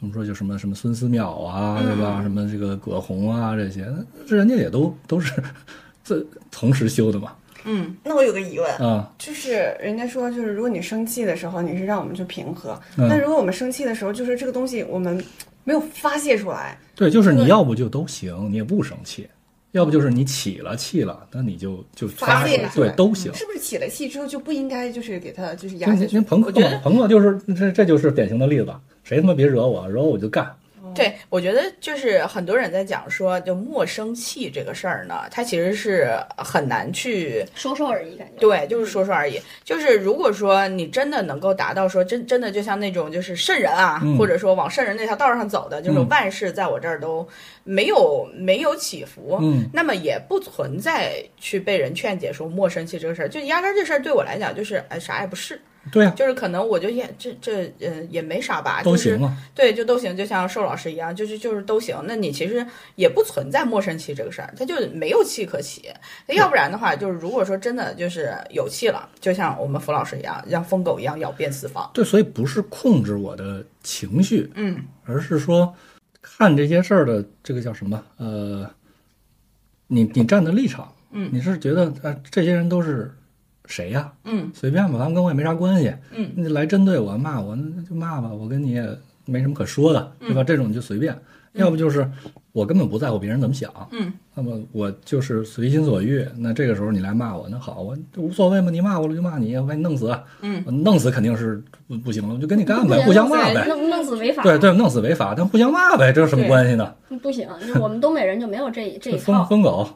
S3: 我们说就什么什么孙思邈啊，对吧？
S1: 嗯
S3: 什么这个葛洪啊这些，这人家也都都是 (laughs) 这同时修的嘛。
S1: 嗯，
S5: 那我有个疑问，
S3: 啊，
S4: 就是人家说，就是如果你生气的时候，你是让我们去平和；
S3: 嗯
S4: 但如果我们生气的时候，就是这个东西我们没有发泄出来，
S3: 对，就是你要不就都行，你也不生气；要不就是你起了气了，那你就就
S4: 发泄
S3: 出来
S4: 出来
S3: 对，都行。
S4: 是不是起了气之后就不应该就是给他就是压
S3: 您
S4: 下
S3: 您
S4: 去？
S3: 您朋克
S1: 我觉
S3: 嘛
S1: 得，
S3: 朋克就是这这就是典型的例子吧。谁他妈别惹我，惹我我就干。
S1: 对，我觉得就是很多人在讲说，就莫生气这个事儿呢，它其实是很难去
S2: 说说而已，感觉。
S1: 对，就是说说而已。就是如果说你真的能够达到说真真的就像那种就是圣人啊，
S3: 嗯
S1: 或者说往圣人那条道上走的，就是
S3: 嗯
S1: 万事在我这儿都没有没有起伏，
S3: 嗯
S1: 那么也不存在去被人劝解说莫生气这个事儿。就压根儿这事儿对我来讲就是哎啥也不是，
S3: 对呀、
S1: 就是可能我就也这这呃也没啥吧，
S3: 都
S1: 啊就是
S3: 行啊。
S1: 对，就都行，就像寿老师一样，就是就是都行。那你其实也不存在莫生气这个事儿，他就没有气可起。要不然的话，就是如果说真的就是有气了，就像我们冯老师一样，像疯狗一样咬遍四方。
S3: 对，所以不是控制我的情绪，
S1: 嗯
S3: 而是说看这些事儿的这个叫什么？呃，你你站的立场，
S1: 嗯
S3: 你是觉得啊、呃这些人都是谁呀、
S1: 嗯
S3: 随便吧，他们跟我也没啥关系。
S1: 嗯，
S3: 你来针对我骂我，那就骂吧，我跟你也没什么可说的，
S1: 嗯
S3: 对吧？这种你就随便。要不就是我根本不在乎别人怎么想，
S1: 嗯，
S3: 那么我就是随心所欲。那这个时候你来骂我，那好，我无所谓嘛，你骂我了就骂你，我把你弄死，
S1: 嗯，
S3: 弄死肯定是不不行了，我就跟你干呗，
S2: 能
S3: 互相
S2: 弄
S3: 骂
S2: 死人
S3: 呗，
S2: 弄弄死违法，嗯
S3: 对对，弄死违法，但互相骂呗，这有什么
S1: 对
S3: 关系呢？
S2: 不行，就是我们东北人就没有这这一
S3: 疯
S2: 套，
S3: 疯狗，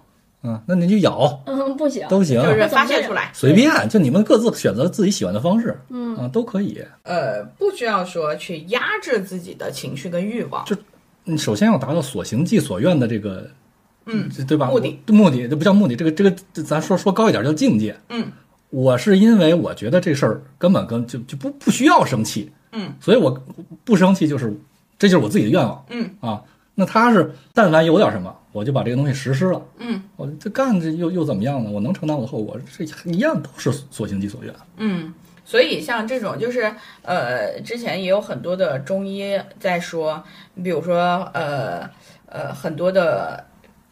S3: 嗯，那你就咬
S2: 嗯，不行，
S3: 都行，
S1: 就是发泄出来。
S3: 随便，就你们各自选择自己喜欢的方式，
S2: 嗯
S3: 啊，都可以。
S1: 呃，不需要说去压制自己的情绪跟欲望。
S3: 你嗯首先要达到所行即所愿的这个，
S1: 嗯
S3: 这，对吧？
S1: 目的
S3: 我目的这不叫目的，这个这个这咱说说高一点叫境界。
S1: 嗯，
S3: 我是因为我觉得这事儿根本跟就就不不需要生气，
S1: 嗯，
S3: 所以我不生气就是这就是我自己的愿望，
S1: 嗯
S3: 啊，那他是但凡有点什么，我就把这个东西实施了，
S1: 嗯，
S3: 我这干这又又怎么样呢？我能承担我的后果，这一样都是所行即所愿。
S1: 嗯，所以像这种就是呃，之前也有很多的中医在说，你比如说呃呃，很多的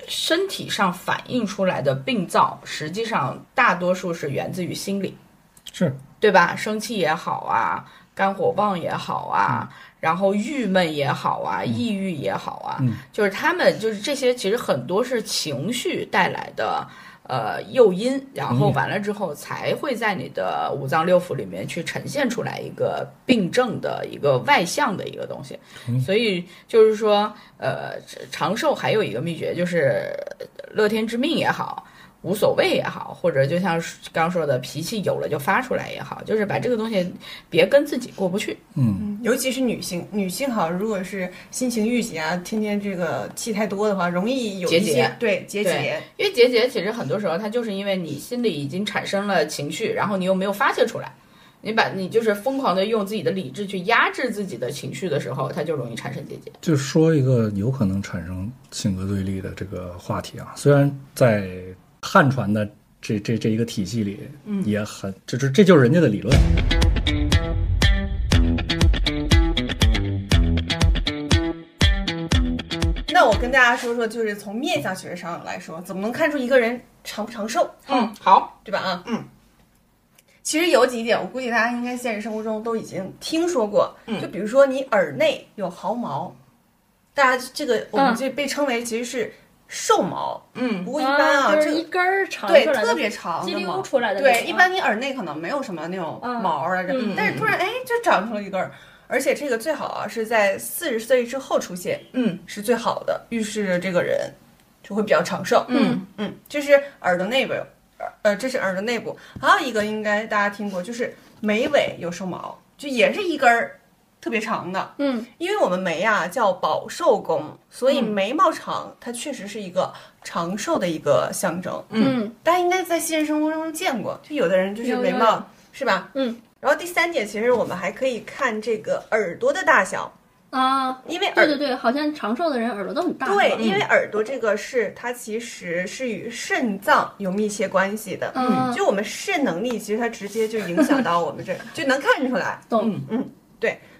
S1: 身体上反映出来的病灶，实际上大多数是源自于心理，
S3: 是，
S1: 对吧？生气也好啊，肝火旺也好啊。
S3: 嗯
S1: 然后郁闷也好啊，抑郁也好啊，
S3: 嗯
S1: 就是他们就是这些，其实很多是情绪带来的呃诱因，然后完了之后才会在你的五脏六腑里面去呈现出来一个病症的一个外向的一个东西。所以就是说，呃，长寿还有一个秘诀就是呃乐天知命也好。无所谓也好，或者就像刚说的，脾气有了就发出来也好，就是把这个东西别跟自己过不去。
S3: 嗯，
S4: 尤其是女性，女性好，如果是心情郁结啊，天天这个气太多的话，容易有一些
S1: 结节
S4: 对结
S1: 对
S4: 节。
S1: 因为结节其实很多时候它就是因为你心里已经产生了情绪，然后你又没有发泄出来，你把你就是疯狂的用自己的理智去压制自己的情绪的时候，它就容易产生结节。
S3: 就说一个有可能产生性格对立的这个话题啊，虽然在汉传的这这这一个体系里，也很，这这这就是人家的理论。
S4: 那我跟大家说说，就是从面相学上来说，怎么能看出一个人长不长寿，
S1: 嗯，好，
S4: 对吧？啊，
S1: 嗯。
S4: 其实有几点，我估计大家应该现实生活中都已经听说过，
S1: 嗯
S4: 就比如说你耳内有毫毛，大家这个我们
S2: 嗯
S4: 这被称为其实是寿毛，
S1: 嗯
S4: 不过一般啊，
S2: 就
S4: 这
S2: 是一根儿长出
S4: 对
S2: 来的，
S4: 特别长
S2: 叽
S4: 的
S2: 溜
S4: 毛。
S2: 出来的那种啊。
S4: 对，一般你耳内可能没有什么那种
S2: 嗯
S4: 毛儿啊，这
S2: 嗯
S4: 但是突然哎，就长出了一根儿，而且这个最好啊是在四十岁之后出现
S1: 嗯
S4: 是最好的，预示这个人就会比较长寿。
S1: 嗯
S4: 嗯，这是耳朵内部，耳呃，这是耳朵内部，还有一个应该大家听过，就是眉尾有生毛，就也是一根儿特别长的，
S2: 嗯，
S4: 因为我们眉啊叫保寿宫，所以眉毛长，它确实是一个长寿的一个象征。
S2: 嗯
S4: 大家应该在现实生活中见过，就有的人就是
S2: 有
S4: 眉
S2: 有
S4: 毛
S2: 有
S4: 是吧？
S2: 嗯。
S4: 然后第三点，其实我们还可以看这个耳朵的大小，
S2: 啊，
S4: 因为
S2: 对
S4: 耳
S2: 对对，好像长寿的人耳朵都很大。
S4: 嗯对
S2: 是吧
S4: 因为耳朵这个是它其实是与肾脏有密切关系的。
S2: 嗯，
S4: 就我们肾能力，其实它直接就影响到我
S2: (laughs)
S4: 们这，就能看出来。嗯
S2: 懂。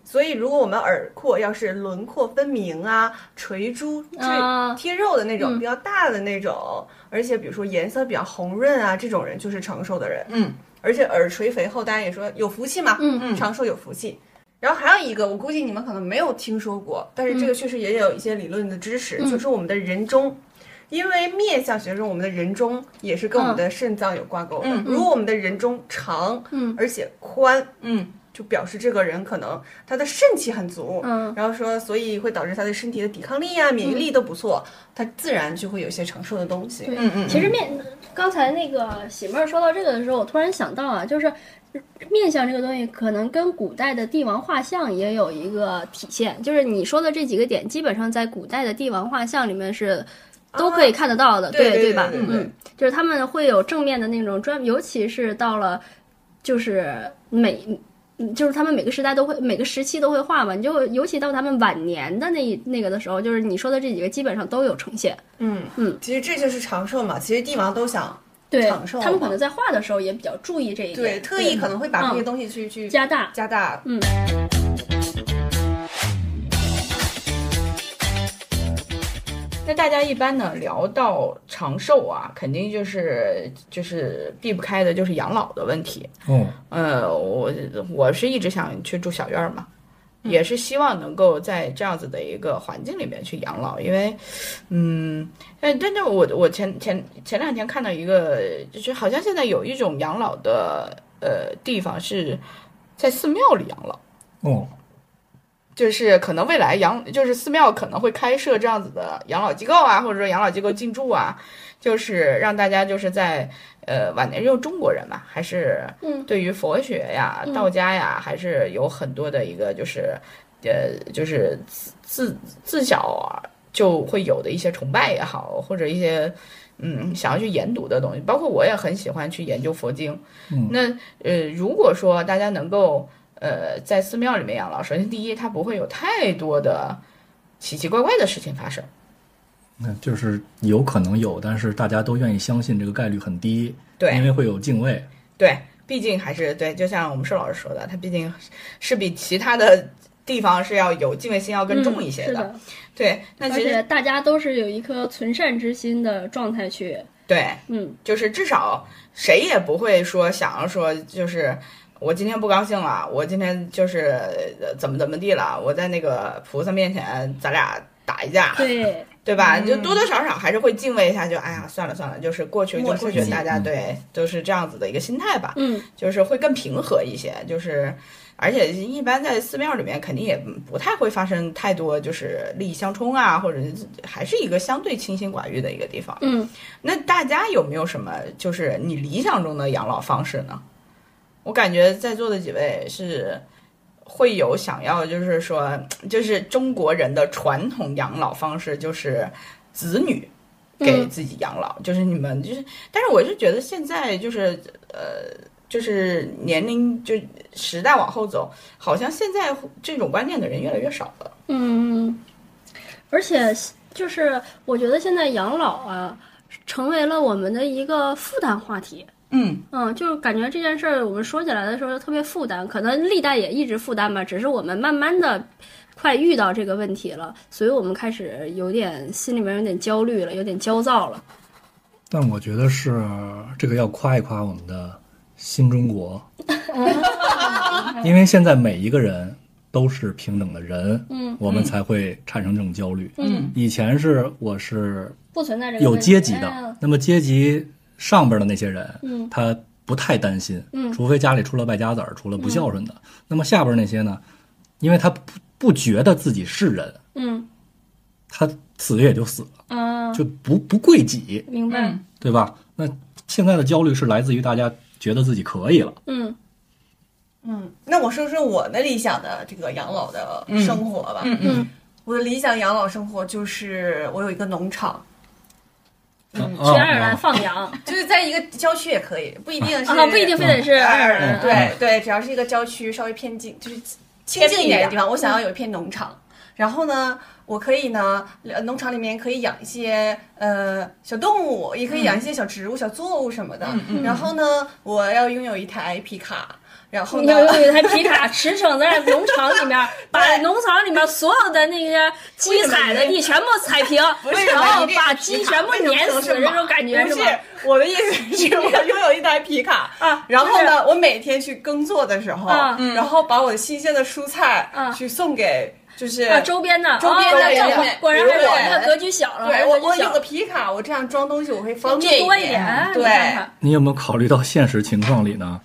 S4: 所以，如果我们耳廓要是轮廓分明啊、垂珠、
S2: 啊
S4: 这贴肉的那种、
S2: 嗯
S4: 比较大的那种，而且比如说颜色比较红润啊，这种人就是长寿的人。
S1: 嗯，
S4: 而且耳垂肥厚，大家也说有福气嘛，
S2: 嗯
S1: 嗯
S4: 长寿有福气。然后还有一个，我估计你们可能没有听说过，但是这个确实也有一些理论的支持，
S2: 嗯
S4: 就是我们的人中。因为面相学中，我们的人中也是跟我
S2: 嗯
S4: 们的肾脏有挂钩的。
S1: 嗯
S4: 如果我们的人中长，
S2: 嗯
S4: 而且宽，
S1: 嗯
S4: 就表示这个人可能他的肾气很足，
S2: 嗯
S4: 然后说所以会导致他的身体的抵抗力啊、免疫力都不错，他自然就会有一些长寿的东西。
S2: 对
S1: 嗯嗯，
S2: 其实面刚才那个喜妹儿说到这个的时候，我突然想到啊，就是面相这个东西，可能跟古代的帝王画像也有一个体现，就是你说的这几个点，基本上在古代的帝王画像里面是。都可以看得到的，
S4: 对对
S2: 对
S4: 对
S2: 吧？
S4: 对对
S2: 嗯，就是他们会有正面的那种专，尤其是到了，就是每，就是他们每个时代都会，每个时期都会画嘛。你就尤其到他们晚年的那一那个的时候，就是你说的这几个基本上都有呈现。
S4: 嗯
S2: 嗯，
S4: 其实这就是长寿嘛。其实帝王都想
S2: 对
S4: 长寿，
S2: 他们
S4: 嘛
S2: 可能在画的时候也比较注意这一点，
S4: 对特意可能会把这些
S2: 嗯
S4: 东西去、去
S2: 加大。
S4: 加大。
S2: 嗯，
S1: 那大家一般呢聊到长寿啊，肯定就是就是避不开的就是养老的问题。
S3: 哦，
S1: 呃，我我是一直想去住小院儿嘛，也是希望能够在这样子的一个环境里面去养老，因为，嗯，哎，真的，我我前前前两天看到一个，就是好像现在有一种养老的呃地方是在寺庙里养老。
S3: 哦，
S1: 就是可能未来养，就是寺庙可能会开设这样子的养老机构啊，或者说养老机构进驻啊，就是让大家就是在呃晚年，因为中国人嘛，还是
S2: 嗯
S1: 对于佛学呀、
S2: 嗯
S1: 道家呀，还是有很多的一个就是呃就是自自自小啊就会有的一些崇拜也好，或者一些嗯想要去研读的东西，包括我也很喜欢去研究佛经。
S3: 嗯
S1: 那呃，如果说大家能够呃在寺庙里面养老，首先第一，它不会有太多的奇奇怪怪的事情发生。
S3: 那就是有可能有，但是大家都愿意相信这个概率很低，因
S1: 对
S3: 为会有敬畏。
S1: 对，毕竟还是对，就像我们寿老师说的，它毕竟是比其他的地方是要有敬畏心要更重一些
S2: 嗯是
S1: 的。
S2: 的，
S1: 对，那
S2: 而
S1: 其实
S2: 且大家都是有一颗存善之心的状态去，
S1: 对，
S2: 嗯
S1: 就是至少谁也不会说想要说就是。我今天不高兴了，我今天就是呃怎么怎么地了，我在那个菩萨面前，咱俩打一架，
S4: (laughs)
S2: 对，
S1: 对吧？就多多少少还是会敬畏一下，就哎呀，算了算了，就是过去就
S4: 默
S1: 过
S4: 契
S1: 去，大家对都是这样子的一个心态吧，
S2: 嗯
S1: 就是会更平和一些，就是。而且一般在寺庙里面，肯定也不太会发生太多就是利益相冲啊，或者还是一个相对清心寡欲的一个地方。
S2: 嗯，
S1: 那大家有没有什么就是你理想中的养老方式呢？我感觉在座的几位是会有想要，就是说，就是中国人的传统养老方式就是子女给
S2: 嗯
S1: 自己养老，就是你们就是，但是我是觉得现在就是呃，就是年龄就时代往后走，好像现在这种观念的人越来越少了。
S2: 嗯，而且就是我觉得现在养老啊，成为了我们的一个负担话题。
S1: 嗯
S2: 嗯，就是感觉这件事儿，我们说起来的时候就特别负担，可能历代也一直负担吧，只是我们慢慢的快遇到这个问题了，所以我们开始有点心里面有点焦虑了，有点焦躁了。
S3: 但我觉得是这个要夸一夸我们的新中国，因为现在每一个人都是平等的人，
S2: 嗯，
S3: 我们才会产生这种焦虑。
S2: 嗯，
S3: 以前是我是
S2: 不存在这个
S3: 有
S2: 问题
S3: 阶级
S2: 哎呀
S3: 的，那么阶级上边的那些人，
S2: 嗯
S3: 他不太担心，
S2: 嗯
S3: 除非家里出了败家子儿，出了不孝顺的。那么下边那些呢，因为他不不觉得自己是人，
S2: 嗯
S3: 他死也就死了，
S2: 啊，
S3: 就不不贵己，
S2: 明白，
S4: 嗯
S3: 对吧？那现在的焦虑是来自于大家觉得自己可以了，
S2: 嗯
S4: 嗯，那我说说我的理想的这个养老的生活吧。
S1: 嗯嗯
S4: 我的理想养老生活就是我有一个农场，
S3: 嗯
S2: 去爱尔兰放羊
S4: 就是在一个郊区也可以，不一定
S2: (laughs)
S4: 是、
S2: 啊，不一定非得是爱尔兰。
S4: 对对，只要是一个郊区，稍微嗯偏近，就是清静一点的嗯地方，我想要有一片农场。然后呢，我可以呢，呃农场里面可以养一些呃小动物，也可以养一些小植物、小作物什么的。然后呢，我要拥有一台皮卡。然后
S2: 你
S4: 呢
S2: 要，用一台皮卡驰骋在农场里
S4: (laughs)
S2: 面，把农场里面所有的那些鸡踩的地全部踩平，然后把鸡全部碾死，这种感觉
S4: 不
S2: 是
S4: (laughs) 是
S2: 吧？
S4: 我的意思 (laughs) 是我拥有一台皮卡，
S2: 啊，
S4: (laughs) 然后呢，我每天去耕作的时候，
S2: 啊
S4: 然后把我的新鲜的蔬菜
S2: 啊
S4: 去送给就是、
S2: 就是？啊，周边的，
S4: 嗯周边的
S2: 哦
S4: 人
S2: 果果然还是我们的格局小了，
S4: 对我
S2: 格
S4: 我
S2: 局
S4: 有
S2: 小
S4: 个
S2: 了
S4: 皮卡，我这样装东西我会方
S2: 就
S4: 便
S2: 多一
S4: 一
S2: 点，啊
S4: 对
S2: 你看看
S3: 你有没有考虑到现实情况里呢？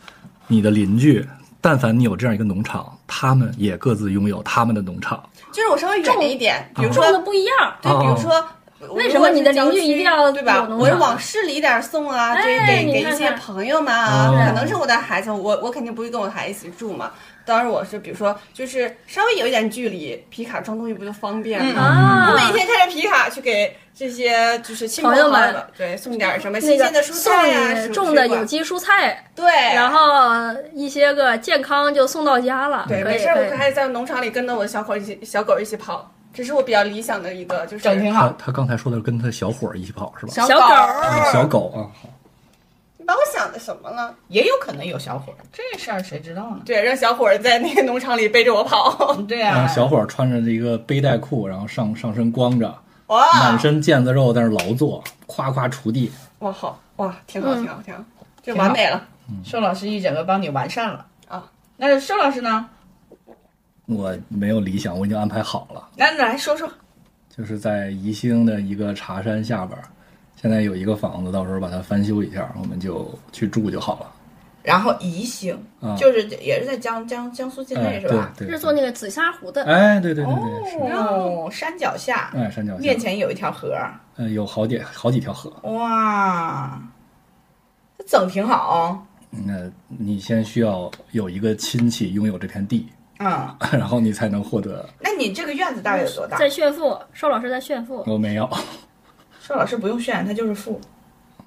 S3: 你的邻居，但凡你有这样一个农场，他们也各自拥有他们的农场。
S4: 就是我稍微远一点，比如说
S2: 种的不一样。
S4: 对，比如说。
S2: 为什么你的邻居一定要
S4: 对吧
S2: 有？农
S4: 我
S2: 场
S4: 往市里一点送啊，这
S2: 哎
S4: 给
S2: 你
S4: 给
S2: 看
S4: 一些
S2: 看嗯
S4: 朋友们啊，
S3: 对
S4: 可能是我的孩子，我我肯定不会跟我孩子一起住嘛。当然我是比如说，就是稍微有一点距离，皮卡装东西不就方便吗？
S2: 啊
S4: 我每天开着皮卡去给这些就是亲朋
S2: 朋友
S4: 好
S2: 们
S4: 友对送点什么
S2: 那
S4: 新鲜的
S2: 个
S4: 蔬菜呀、
S2: 送
S4: 水
S2: 你种的
S4: 水果
S2: 有机蔬菜，
S4: 对，
S2: 然后一些个健康就送到家了。
S4: 对
S2: 可以
S4: 没事儿，
S2: 可以
S4: 我还在农场里跟着我的小狗一起小狗一起跑，这是我比较理想的一个就是
S1: 整挺
S3: 他
S1: 好。
S3: 他刚才说的是跟他小伙儿一起跑是吧？
S4: 小
S2: 小
S4: 狗
S2: 狗
S4: 儿
S3: 啊小狗啊，
S4: 你把我想的什么了？
S1: 也有可能有小伙儿，这事儿谁知道呢？
S4: 对，让小伙儿在那个农场里背着我跑， (laughs)
S1: 对
S3: 然
S1: 啊，
S3: 后小伙儿穿着一个背带裤，然后上上身光着，
S4: 哇
S3: 满，身腱子肉在那儿劳作，夸夸锄地。
S4: 哇好，哇，挺好，
S2: 嗯
S4: 挺好，挺好，这
S1: 挺好
S4: 完美了。
S1: 寿老师一整个帮你完善了
S4: 啊。
S1: 那寿老师呢？
S3: 我没有理想，我已经安排好了。
S1: 那来说说，
S3: 就是在宜兴的一个茶山下边儿，现在有一个房子，到时候把它翻修一下，我们就去住就好了。
S1: 然后宜兴
S3: 啊，
S1: 就是也是在江江江苏境内
S3: 哎，
S1: 是
S3: 对
S1: 吧？
S3: 对，
S2: 是做那个紫砂壶的，
S3: 哎，对对对对，是，
S1: 哦，山脚下
S3: 哎，山脚下
S1: 面前有一条河，
S3: 呃有好几好几条河。
S1: 哇，这整挺好。哦
S3: 那你先需要有一个亲戚拥有这片地， (laughs)
S1: 嗯，
S3: 然后你才能获得。
S1: 那你这个院子大概有多大？
S2: 在炫富，寿老师在炫
S4: 嗯
S2: 富，
S3: 我没有，
S1: 寿老师不用炫，他就是富。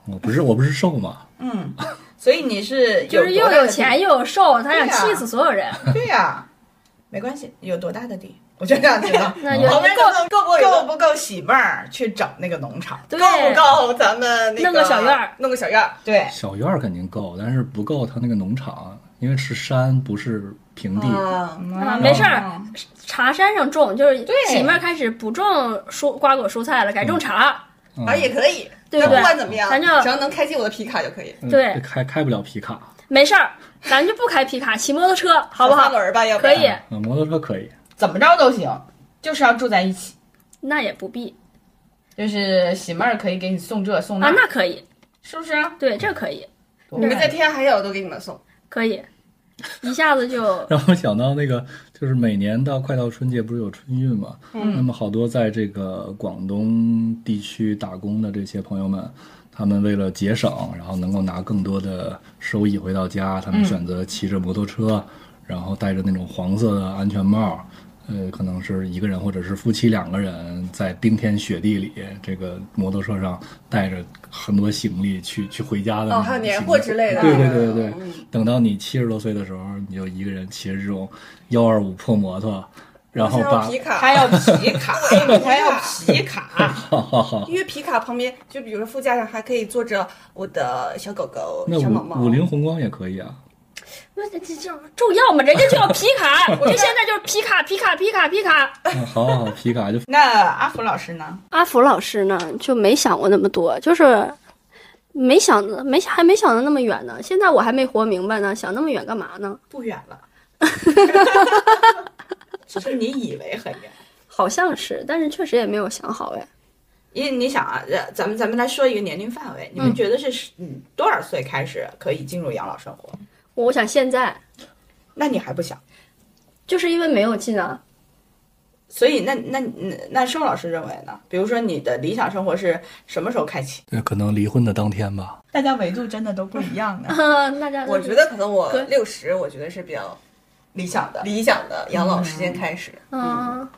S3: 我不是我不是瘦嘛， (laughs)
S1: 嗯，所以你是
S2: 就是
S1: 多
S2: 又
S1: 大的
S2: 有钱又有瘦，他想气死所有
S4: (laughs)
S2: 人。
S1: 地，对呀、没关系，有多大的地，我就想知道
S2: (laughs) 那有
S4: 旁边够够不
S1: 够
S4: 够
S1: 不够媳妇儿去整那个农场。
S2: 对
S4: 够不够？咱们那
S2: 弄个小院儿，
S4: 弄个小院儿。
S1: 对，
S3: 小院儿肯定够，但是不够他那个农场，因为是山不是平地。
S4: 啊，
S2: 啊没事儿
S1: 嗯
S2: 茶山上种，就是
S1: 对
S2: 前面开始不种蔬瓜果蔬菜了，改种茶，
S3: 嗯
S4: 啊也可以，
S2: 对
S4: 但
S2: 不对
S4: 不管怎么样，
S2: 反
S4: 只
S2: 正
S4: 要能开启我的皮卡就可以，
S3: 嗯
S2: 对
S3: 开开不了皮卡，
S2: 没事儿，咱就不开皮卡，骑摩托车好不
S4: 小三
S2: 好？
S4: 轮儿吧，要不
S2: 可
S4: 然
S2: 以，
S3: 嗯，摩托车可以。
S1: 怎么着都行，就是要住在一起。
S2: 那也不必
S1: 就是喜妹儿可以给你送这送那，
S2: 啊，那可以，
S1: 是不是？啊
S2: 对，这可以，
S4: 你们在天涯海角都给你们送。
S2: 可以，一下子
S4: (laughs)
S2: 就
S3: 让我想到那个，就是每年到快到春节，不是有春运嘛？嗯，那么好多在这个广东地区打工的这些朋友们，他们为了节省，然后能够拿更多的收益回到家，他
S4: 嗯
S3: 们选择骑着摩托车，然后戴着那种黄色的安全帽，呃，可能是一个人或者是夫妻两个人，在冰天雪地里，这个摩托车上带着很多行李去去回家的那
S4: 哦，
S3: 种
S4: 还有年
S3: 行
S4: 货
S3: 李
S4: 之类的。
S3: 对对对对对
S4: 嗯，
S3: 等到你七十多岁的时候，你就一个人骑着这种幺二五破摩托，然后
S4: 我想要
S3: 把
S4: 皮卡，
S1: 还要皮 (laughs) 卡，还要皮 (laughs) 卡，
S3: 哈哈哈，
S4: 因为皮卡旁边，就比如说副驾上还可以坐着我的小狗狗、
S3: (laughs) 那
S4: 小猫猫。
S3: 五五菱宏光也可以啊。
S2: 那这这这重要吗？人家就要皮卡， (laughs) 这现在就是皮卡皮卡皮卡皮卡。
S3: 嗯好好好，皮 (laughs) 卡就
S1: 那阿福老师呢？
S2: 阿福老师呢，就没想过那么多，就是没想的没还没想的那么远呢。现在我还没活明白呢，想那么远干嘛呢？
S1: 不远了，只是你以为很远。
S2: 好像是，但是确实也没有想好哎。
S1: 因为你想啊，呃咱们咱们来说一个年龄范围，你们觉得是嗯多少岁开始可以进入养老生活？
S2: 我想现在
S1: 那你还不想，
S2: 就是因为没有进啊，
S1: 所以那那那那寿老师认为呢？比如说你的理想生活是什么时候开启？
S3: 对可能离婚的当天吧。
S1: 大家维度真的都不一样的，
S2: (laughs) 那这样
S4: 我觉得可能我
S2: 对
S4: 六十，我觉得是比较
S1: (laughs) 理想的。
S4: 理想的养老时间开始。
S2: 嗯，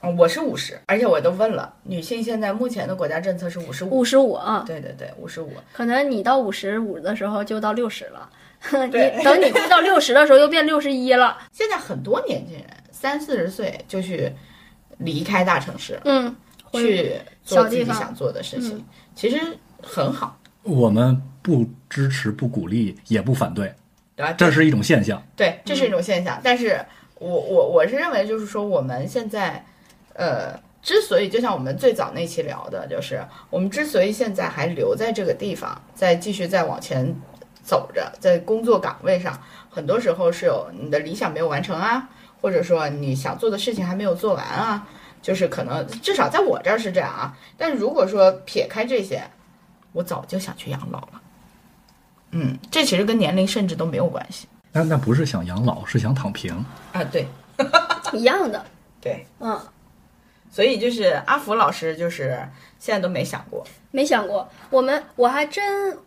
S1: 嗯我是五十，而且我都问了，女性现在目前的国家政策是五十五。
S2: 五十五啊，
S1: 对对对，五十五。
S2: 可能你到五十五的时候就到六十了，
S4: 对
S2: 你等你快到六十的时候又变六十一了。
S1: 现在很多年轻人三四十岁就去离开大城市，
S2: 嗯，回
S1: 去做自己
S2: 小地方嗯
S1: 想做的事情，其实很好。
S3: 我们不支持、不鼓励，也不反对，
S1: 对吧？
S3: 这是一种现象。
S1: 对，这是一种现象。但是我我我是认为，就是说我们现在，呃，之所以就像我们最早那期聊的，就是我们之所以现在还留在这个地方，再继续再往前走着，在工作岗位上，很多时候是有你的理想没有完成啊，或者说你想做的事情还没有做完啊。就是可能至少在我这儿是这样啊，但是如果说撇开这些，我早就想去养老了。嗯，这其实跟年龄甚至都没有关系
S3: 但那不是想养老，是想躺平。
S1: 啊。对，
S2: 一样的，
S1: 对，
S2: 嗯，
S1: 所以就是阿福老师，就是现在都没想过，
S2: 没想过，我们我还真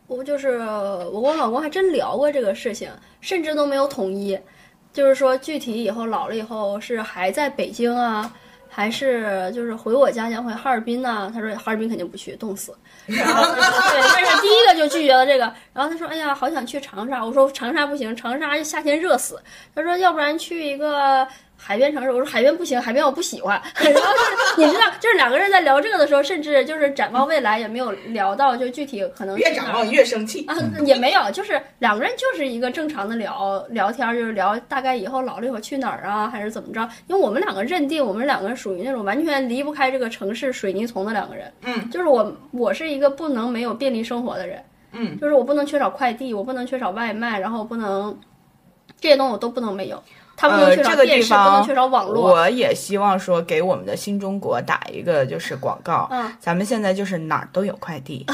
S2: 我就是我跟我老公还真聊过这个事情，甚至都没有统一，就是说具体以后老了以后是还在北京啊，还是就是回我家乡回哈尔滨呐、他说哈尔滨肯定不去，冻死。然后 (laughs) 对，但是第一个就拒绝了这个。然后他说哎呀，好想去长沙。我说长沙不行，长沙夏天热死。他说要不然去一个。海边城市，我说海边不行，海边我不喜欢。 (laughs) 然后就是你知道， (laughs) 就是两个人在聊这个的时候，甚至就是展望未来也没有聊到，就具体可能
S1: 越
S2: 去哪
S1: 展
S2: 儿
S1: 望越生气。
S2: 啊，也没有，就是两个人就是一个正常的聊聊天儿，就是聊大概以后老了以后去哪儿啊，还是怎么着？因为我们两个认定，我们两个属于那种完全离不开这个城市水泥丛的两个人。
S1: 嗯，
S2: 就是我，我是一个不能没有便利生活的人。
S1: 嗯，
S2: 就是我不能缺少快递，我不能缺少外卖，然后我不能这些东西我都不能没有。他不能
S1: 呃
S2: 缺少
S1: 这个地
S2: 电视，不
S1: 方
S2: 能缺少网络。
S1: 我也希望说给我们的新中国打一个就是广告，
S2: 嗯
S1: 咱们现在就是哪儿都有快
S2: (laughs)
S1: 递，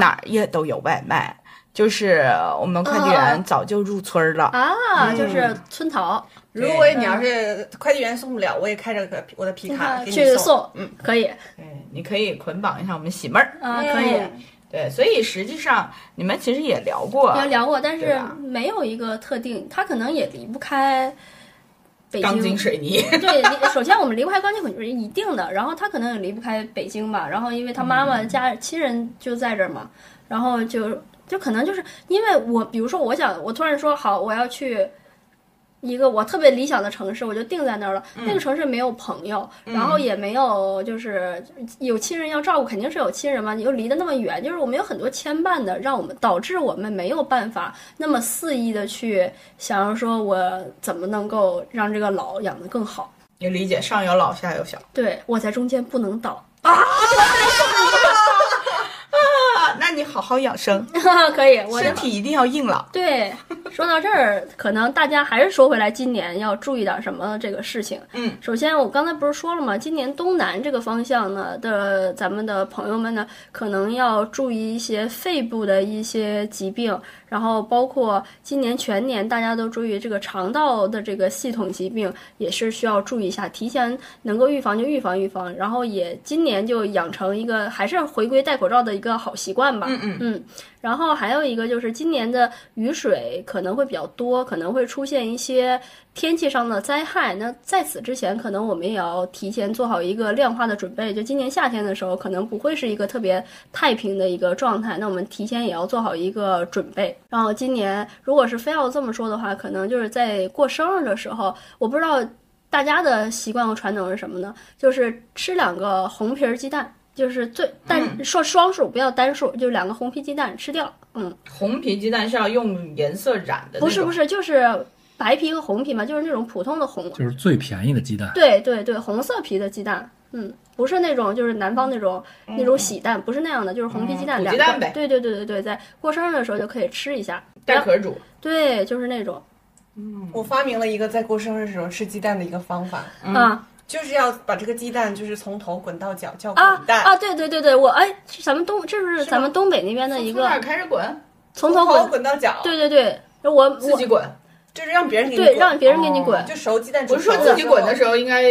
S1: 哪儿也都有外卖，就是我们快递
S2: 嗯
S1: 员早就入村儿了。
S2: 啊，
S1: 嗯
S2: 就是村桃
S4: 如果你要是快递员送不了，我也开着个我的皮卡给你
S2: 去送，
S4: 嗯，
S2: 可以
S1: 对，你可以捆绑一下我们喜妹儿。
S2: 啊，可以。
S1: 哎对，所以实际上你们其实也聊过，
S2: 有聊过，但
S1: 对
S2: 是
S1: 吧
S2: 没有一个特定，他可能也离不开北
S1: 钢筋
S2: 京。
S1: 水泥。 (laughs)
S2: 对，离首先我们离不开钢筋混凝是一定的，然后他可能也离不开北京吧，然后因为他妈妈家亲人就在这儿嘛，然后就就可能就是因为我，比如说我想，我突然说好我要去。一个我特别理想的城市，我就定在那儿了。那个城市没有朋友，然后也没有就是有亲人要照顾，肯定是有亲人嘛。你又离得那么远，就是我们有很多牵绊的，让我们导致我们没有办法那么肆意的去想要说我怎么能够让这个老养得更好。
S1: 你理解上有老下有小
S2: 对我在中间不能倒，
S1: 啊，那你好好养生，
S2: 嗯啊可以，我的
S1: 身体一定要硬朗。
S2: 对，说到这儿，可能大家还是说回来，今年要注意点什么这个事情。
S1: 嗯，
S2: 首先我刚才不是说了吗？今年东南这个方向呢的，咱们的朋友们呢，可能要注意一些肺部的一些疾病，然后包括今年全年大家都注意这个肠道的这个系统疾病，也是需要注意一下，提前能够预防就预防预防，然后也今年就养成一个还是回归戴口罩的一个好习惯吧。
S1: 嗯
S2: 嗯，然后还有一个就是今年的雨水可能会比较多，可能会出现一些天气上的灾害。那在此之前，可能我们也要提前做好一个量化的准备。就今年夏天的时候，可能不会是一个特别太平的一个状态，那我们提前也要做好一个准备。然后今年如果是非要这么说的话，可能就是在过生日的时候，我不知道大家的习惯和传统是什么呢？就是吃两个红皮儿鸡蛋。就是最单说双数不要单数，就是两个红皮鸡蛋吃掉。嗯，
S1: 红皮鸡蛋是要用颜色染的那种，
S2: 不是不是，就是白皮和红皮嘛，就是那种普通的红。
S3: 就是最便宜的鸡蛋，
S2: 对对对，红色皮的鸡蛋，嗯，不是那种就是南方那种、那种喜蛋，不是那样的，就是红皮鸡蛋
S1: 嗯土
S2: 两
S1: 鸡
S2: 个。
S1: 蛋呗
S2: 对对对对对，在过生日的时候就可以吃一下。
S1: 带壳煮。
S2: 对，就是那种嗯
S4: 我发明了一个在过生日的时候吃鸡蛋的一个方法，
S2: 啊
S4: 就是要把这个鸡蛋就是从头滚到脚，叫
S2: 啊
S4: 滚蛋。
S2: 啊！对对对对，我哎，是咱们东这是咱们东北那边的一
S1: 从哪
S2: 个
S1: 儿开始滚？
S2: 从
S4: 从
S2: 头
S4: 头
S2: 滚。
S4: 滚到脚，
S2: 对对对，我
S1: 自
S2: 我
S1: 己滚。
S4: 就是让别人给你
S2: 对
S4: 滚，
S2: 让别人给你滚。
S4: 就熟鸡蛋
S1: 不
S4: 煮
S1: 是
S4: 熟
S1: 说
S4: 了之后。
S1: 自己滚的时候应该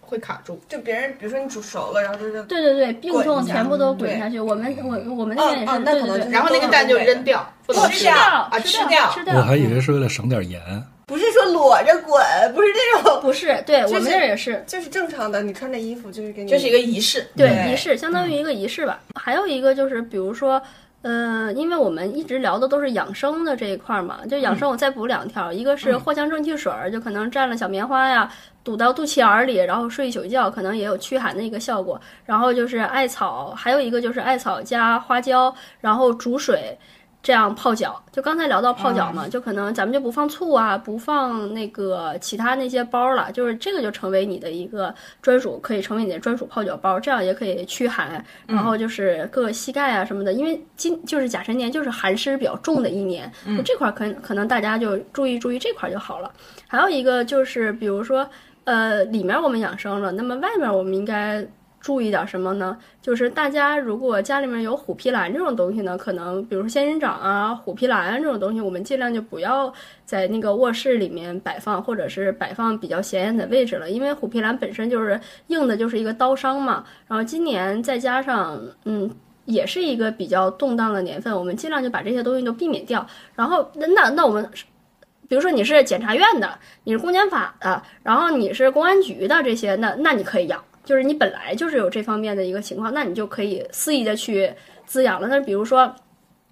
S1: 会卡住。
S4: 就别人，比如说你煮熟了，然后就是
S2: 对对对，病重
S4: 滚一下
S2: 全部都滚下去。我们我我们那边也
S4: 哦哦
S2: 是，
S4: 那
S2: 对对
S4: 可能
S2: 对哦
S4: 就，是
S1: 然后那个蛋就扔掉，不能
S4: 吃
S1: 吃
S4: 掉
S1: 啊，
S2: 吃
S1: 掉。
S2: 吃
S3: 我还以
S2: 嗯
S3: 为是为了省点盐，
S4: 不是说裸着滚，不是这种，
S2: 不是，对我
S4: 是
S2: 们那儿也是，
S4: 就是正常的，你穿着衣服就是给你，
S5: 就是一个仪式。
S2: 对仪式，相当于一个仪式吧。还有一个就是，比如说，呃，因为我们一直聊的都是养生的这一块儿嘛，就养生，我再补两条，一个是藿香正气水儿，就可能蘸了小棉花呀，堵到肚脐眼儿里，然后睡一宿觉，可能也有驱寒的一个效果。然后就是艾草，还有一个就是艾草加花椒，然后煮水。这样泡脚，就刚才聊到泡脚嘛，就可能咱们就不放醋啊，不放那个其他那些包儿了，就是这个就成为你的一个专属可以成为你的专属泡脚包，这样也可以驱寒，然后就是各个膝盖啊什么的，因为今就是甲辰年就是寒湿比较重的一年，就这块儿可可能大家就注意注意这块儿就好了。还有一个就是比如说，呃，里面我们养生了，那么外面我们应该。注意点什么呢？就是大家如果家里面有虎皮兰这种东西呢，可能比如说仙人掌啊、虎皮兰啊这种东西，我们尽量就不要在那个卧室里面摆放，或者是摆放比较显眼的位置了，因为虎皮兰本身就是硬的，就是一个刀伤嘛。然后今年再加上，嗯，也是一个比较动荡的年份，我们尽量就把这些东西都避免掉。然后，那那那我们是。比如说你是检察院的，你是公检法呃的，然后你是公安局的这些，那那你可以呃养，就是你本来就是有这方面的一个情况，那你就可以肆意的去滋养了。但是比如说，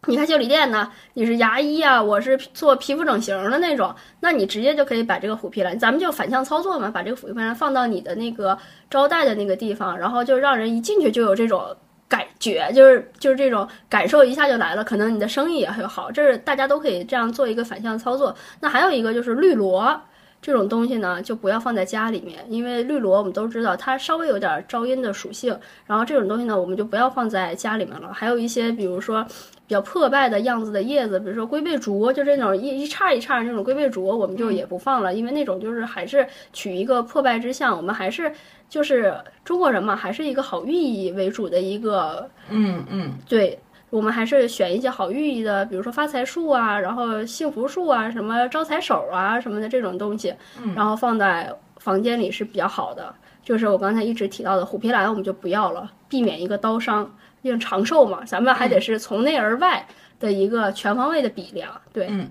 S2: 你开修理店呢，你是牙医啊，我是做皮肤整形的那种，那你直接就可以把这个虎皮兰，咱们就反向操作嘛，把这个虎皮兰放到你的那个招待的那个地方，然后就让人一进去就有这种感觉，就是就是这种感受一下就来了，可能你的生意也会好，这是大家都可以这样做一个反向操作。那还有一个就是绿萝。这种东西呢，就不要放在家里面，因为绿萝我们都知道它稍微有点招阴的属性，然后这种东西呢，我们就不要放在家里面了。还有一些，比如说比较破败的样子的叶子，比如说龟背竹，就这种一一杈一杈的那种龟背竹，我们就也不放了，因为那种就是还是取一个破败之象，我们还是就是中国人嘛，还是一个好寓意为主的一个
S1: 嗯嗯，
S2: 对，我们还是选一些好寓意的，比如说发财树啊，然后幸福树啊，什么招财手啊什么的这种东西，然后放在房间里是比较好的。就是我刚才一直提到的虎皮兰，我们就不要了，避免一个刀伤，因为长寿嘛，咱们还得是从内而外的一个全方位的比量。对，
S1: 嗯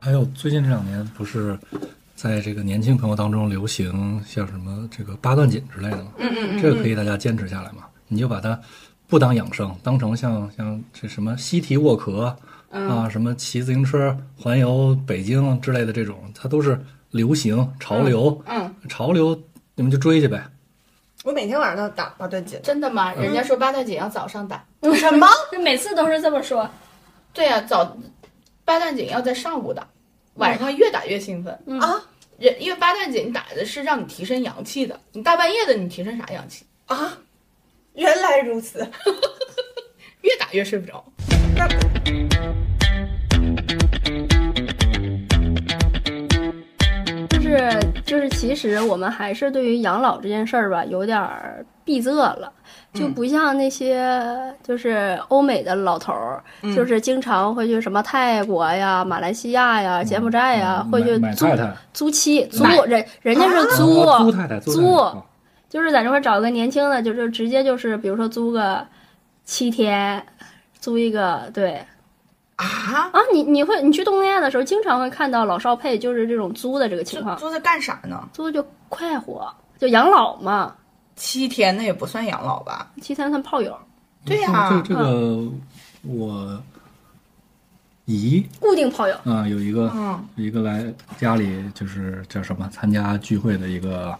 S3: 还有最近这两年不是在这个年轻朋友当中流行像什么这个八段锦之类的吗？嗯嗯这个可以大家坚持下来嘛？你就把它不当养生，当成像像这什么西提沃壳、啊，什么骑自行车环游北京之类的这种，它都是流行潮流。
S1: 嗯
S3: 潮流你们就追去呗。
S4: 我每天晚上都要打八段锦，
S1: 真的吗？
S2: 嗯
S1: 人家说八段锦要早上打。
S4: 什么？
S2: 每次都是这么说。
S1: 对呀、早八段锦要在上午打，晚上越打越兴奋、
S2: 嗯
S1: 啊！人因为八段锦打的是让你提升阳气的，你大半夜的你提升啥阳气？
S4: 啊原来如此，
S1: 越打越睡不着。
S2: 就是就是，其实我们还是对于养老这件事儿吧，有点儿闭塞了，就
S3: 嗯
S2: 不像那些就是欧美的老头儿，
S3: 嗯
S2: 就是经常会去什么泰国呀、马来西亚呀、啊柬埔寨呀，会去
S3: 嗯买买
S2: 租
S3: 太太，
S2: 租期租
S1: 买
S2: 人人家是租、
S3: 啊租太太，租
S2: 租
S3: 太太啊
S2: 就是在这块儿找个年轻的，就就直接就是比如说租个七天，租一个对。
S1: 啊，
S2: 啊，你你会你去东南亚的时候，经常会看到老少配，就是这种租的这个情况，
S1: 坐在干啥呢？
S2: 租就快活，就养老嘛，
S1: 七天那也不算养老吧？
S2: 七三算炮友，
S1: 对呀、
S3: 这这个我姨
S2: 固定炮友。
S3: 啊，有一个
S1: 嗯
S3: 有一个来家里就是叫什么参加聚会的一个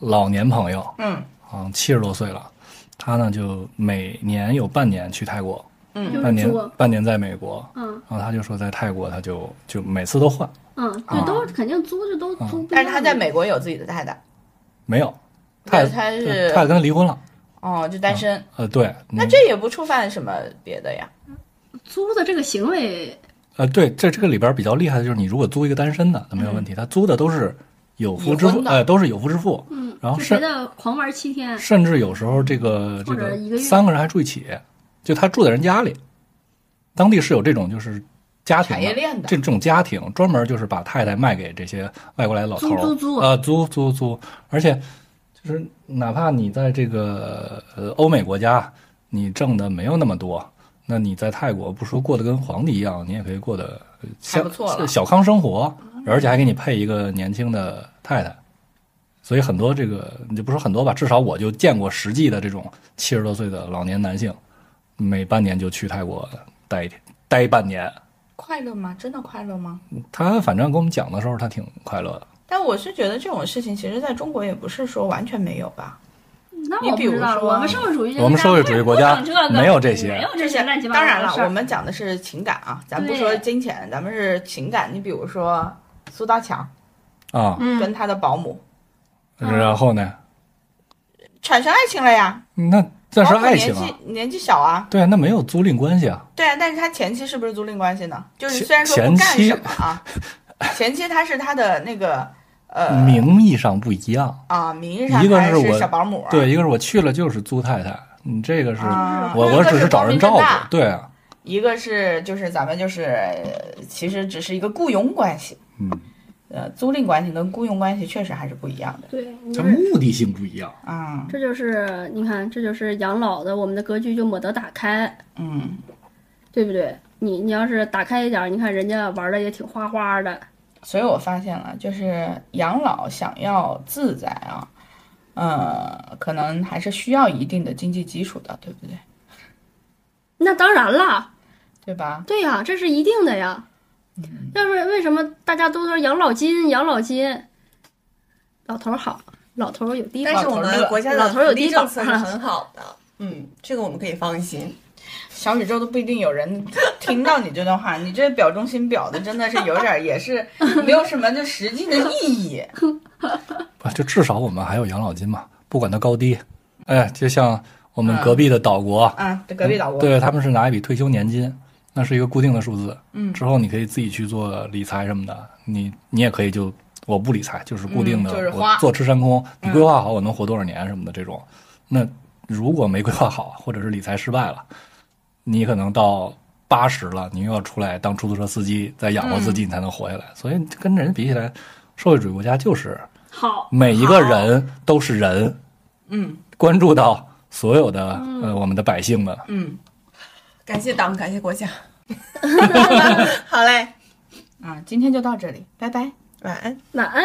S3: 老年朋友
S1: 嗯
S3: 啊，七十多岁了，他呢就每年有半年去泰国，
S1: 嗯
S2: 就是
S3: 半年
S2: 租，
S3: 半年在美国，
S2: 嗯
S3: 然后他就说在泰国他就就每次都换，
S2: 嗯，对，
S3: 啊
S2: 都是肯定租就都租不一样。
S1: 但是他在美国有自己的太太，
S3: 没有，
S1: 对
S3: 太
S1: 他
S3: 太
S1: 是
S3: 太太跟他离婚了，
S1: 哦，就单身。
S3: 呃，对，
S1: 那
S3: 嗯
S1: 这也不触犯什么别的呀？
S2: 租的这个行为，
S3: 呃，对，这这个里边比较厉害的就是，你如果租一个单身的，那没有问题，他租的都是有夫之
S1: 已嗯
S3: 妇
S1: 婚，的
S3: 呃，都是有夫之妇，
S2: 嗯，
S3: 然后
S2: 就
S3: 甚
S2: 觉得狂玩七天，
S3: 甚至有时候这个这
S2: 或者一个
S3: 个
S2: 月
S3: 三个人还住一起，就他住在人家里，当地是有这种就是家庭
S1: 产业链的
S3: 这这种家庭专门就是把太太卖给这些外国来的老头
S2: 租
S3: 儿，呃
S2: 租租
S3: 啊租租租，而且就是哪怕你在这个呃欧美国家，你挣的没有那么多，那你在泰国不说过得跟皇帝一样，你也可以过得呃
S1: 还不
S3: 像
S1: 错了嗯
S3: 小康生活，而且还给你配一个年轻的太太。所以很多这个，你就不说很多吧，至少我就见过实际的这种七十多岁的老年男性，每半年就去泰国待一天，待半年。
S1: 快乐吗？真的快乐吗？
S3: 他反正跟我们讲的时候，他挺快乐的。
S1: 但我是觉得这种事情，其实在中国也不是说完全没有吧。
S2: 那
S1: 你
S2: 我不
S1: 比如
S2: 知道，
S1: 说
S2: 我们社会主义国家，
S3: 我们社会主义国家
S2: 不整这个
S3: 没有这些
S2: 没有这些乱七八糟
S1: 当然
S2: 的
S1: 了
S2: 事，儿
S1: 我们讲的是情感啊，咱不
S2: 对
S1: 说金钱，咱们是情感。你比如说苏大强
S3: 啊，
S1: 跟他的保姆、
S2: 嗯
S3: 然后呢？
S1: 产生爱情了呀，
S3: 那这是
S1: 保姆
S3: 爱情啊
S1: 年，纪年纪小啊，
S3: 对啊，那没有租赁关系啊。
S1: 对啊，但是他前期是不是租赁关系呢？就是
S3: 前
S1: 虽然说不
S3: 前
S1: 干
S3: 期
S1: 什么啊，
S3: (laughs)
S1: 前期他是他的那个呃
S3: 名义上不一样，
S1: 啊名义上
S3: 一个
S1: 还
S3: 是我
S1: 小保姆啊，
S3: 对，一个是我去了就是租太太，你这个是
S1: 啊，
S3: 我
S1: 一个
S3: 我只
S1: 是
S3: 找人
S1: 光明
S3: 照
S1: 正大
S3: 顾，对啊，
S1: 一个是就是咱们就是呃其实只是一个雇佣关系，
S3: 嗯，
S1: 呃，租赁关系跟雇佣关系确实还是不一样的
S2: 对，你
S3: 这
S2: 看
S3: 目的性不一样。
S1: 啊，
S2: 这就是你看，这就是养老的，我们的格局就没得打开，
S1: 嗯
S2: 对不对？你你要是打开一点儿，你看人家玩的也挺花花的，
S1: 所以我发现了，就是养老想要自在啊，呃，可能还是需要一定的经济基础的，对不对？
S2: 那当然了，
S1: 对吧？
S2: 对呀，这是一定的呀。要是为什么大家都说养老金养老金？老头儿好，老头儿有地
S4: 但
S2: 方
S4: 是。我
S1: 老头
S4: 们
S1: 乐
S4: 国家
S2: 老
S4: 的
S2: 头有
S4: 福利
S2: 低保
S4: 政策是很好的，嗯，这个我们可以放心。
S1: 小宇宙都不一定有人听到你这段话，你这表忠心表的真的是有点儿，也是没有什么就实际的意义。
S3: 啊，就至少我们还有养老金嘛，不管它高低。哎，就像我们
S1: 嗯
S3: 隔壁的岛国，
S1: 啊，对隔壁岛国，
S3: 嗯对他们是拿一笔退休年金，那是一个固定的数字。
S1: 嗯
S3: 之后你可以自己去做理财什么的，你你也可以就我不理财，就是固定的，
S1: 嗯就是花
S3: 我坐吃山空。你
S1: 嗯
S3: 规划好我能活多少年什么的这种。那如果没规划好，或者是理财失败了，你可能到八十了，你又要出来当出租车司机，再养活自
S1: 嗯
S3: 己，你才能活下来。所以跟人比起来，社会主义国家就是
S2: 好，
S3: 每一个人都是人，
S1: 嗯
S3: 关注到所有的、呃我们的百姓们。
S1: 嗯
S4: 感谢党，感谢国家。 (laughs) 好嘞，
S1: 啊，今天就到这里，拜拜。
S4: 晚安。
S2: 晚安。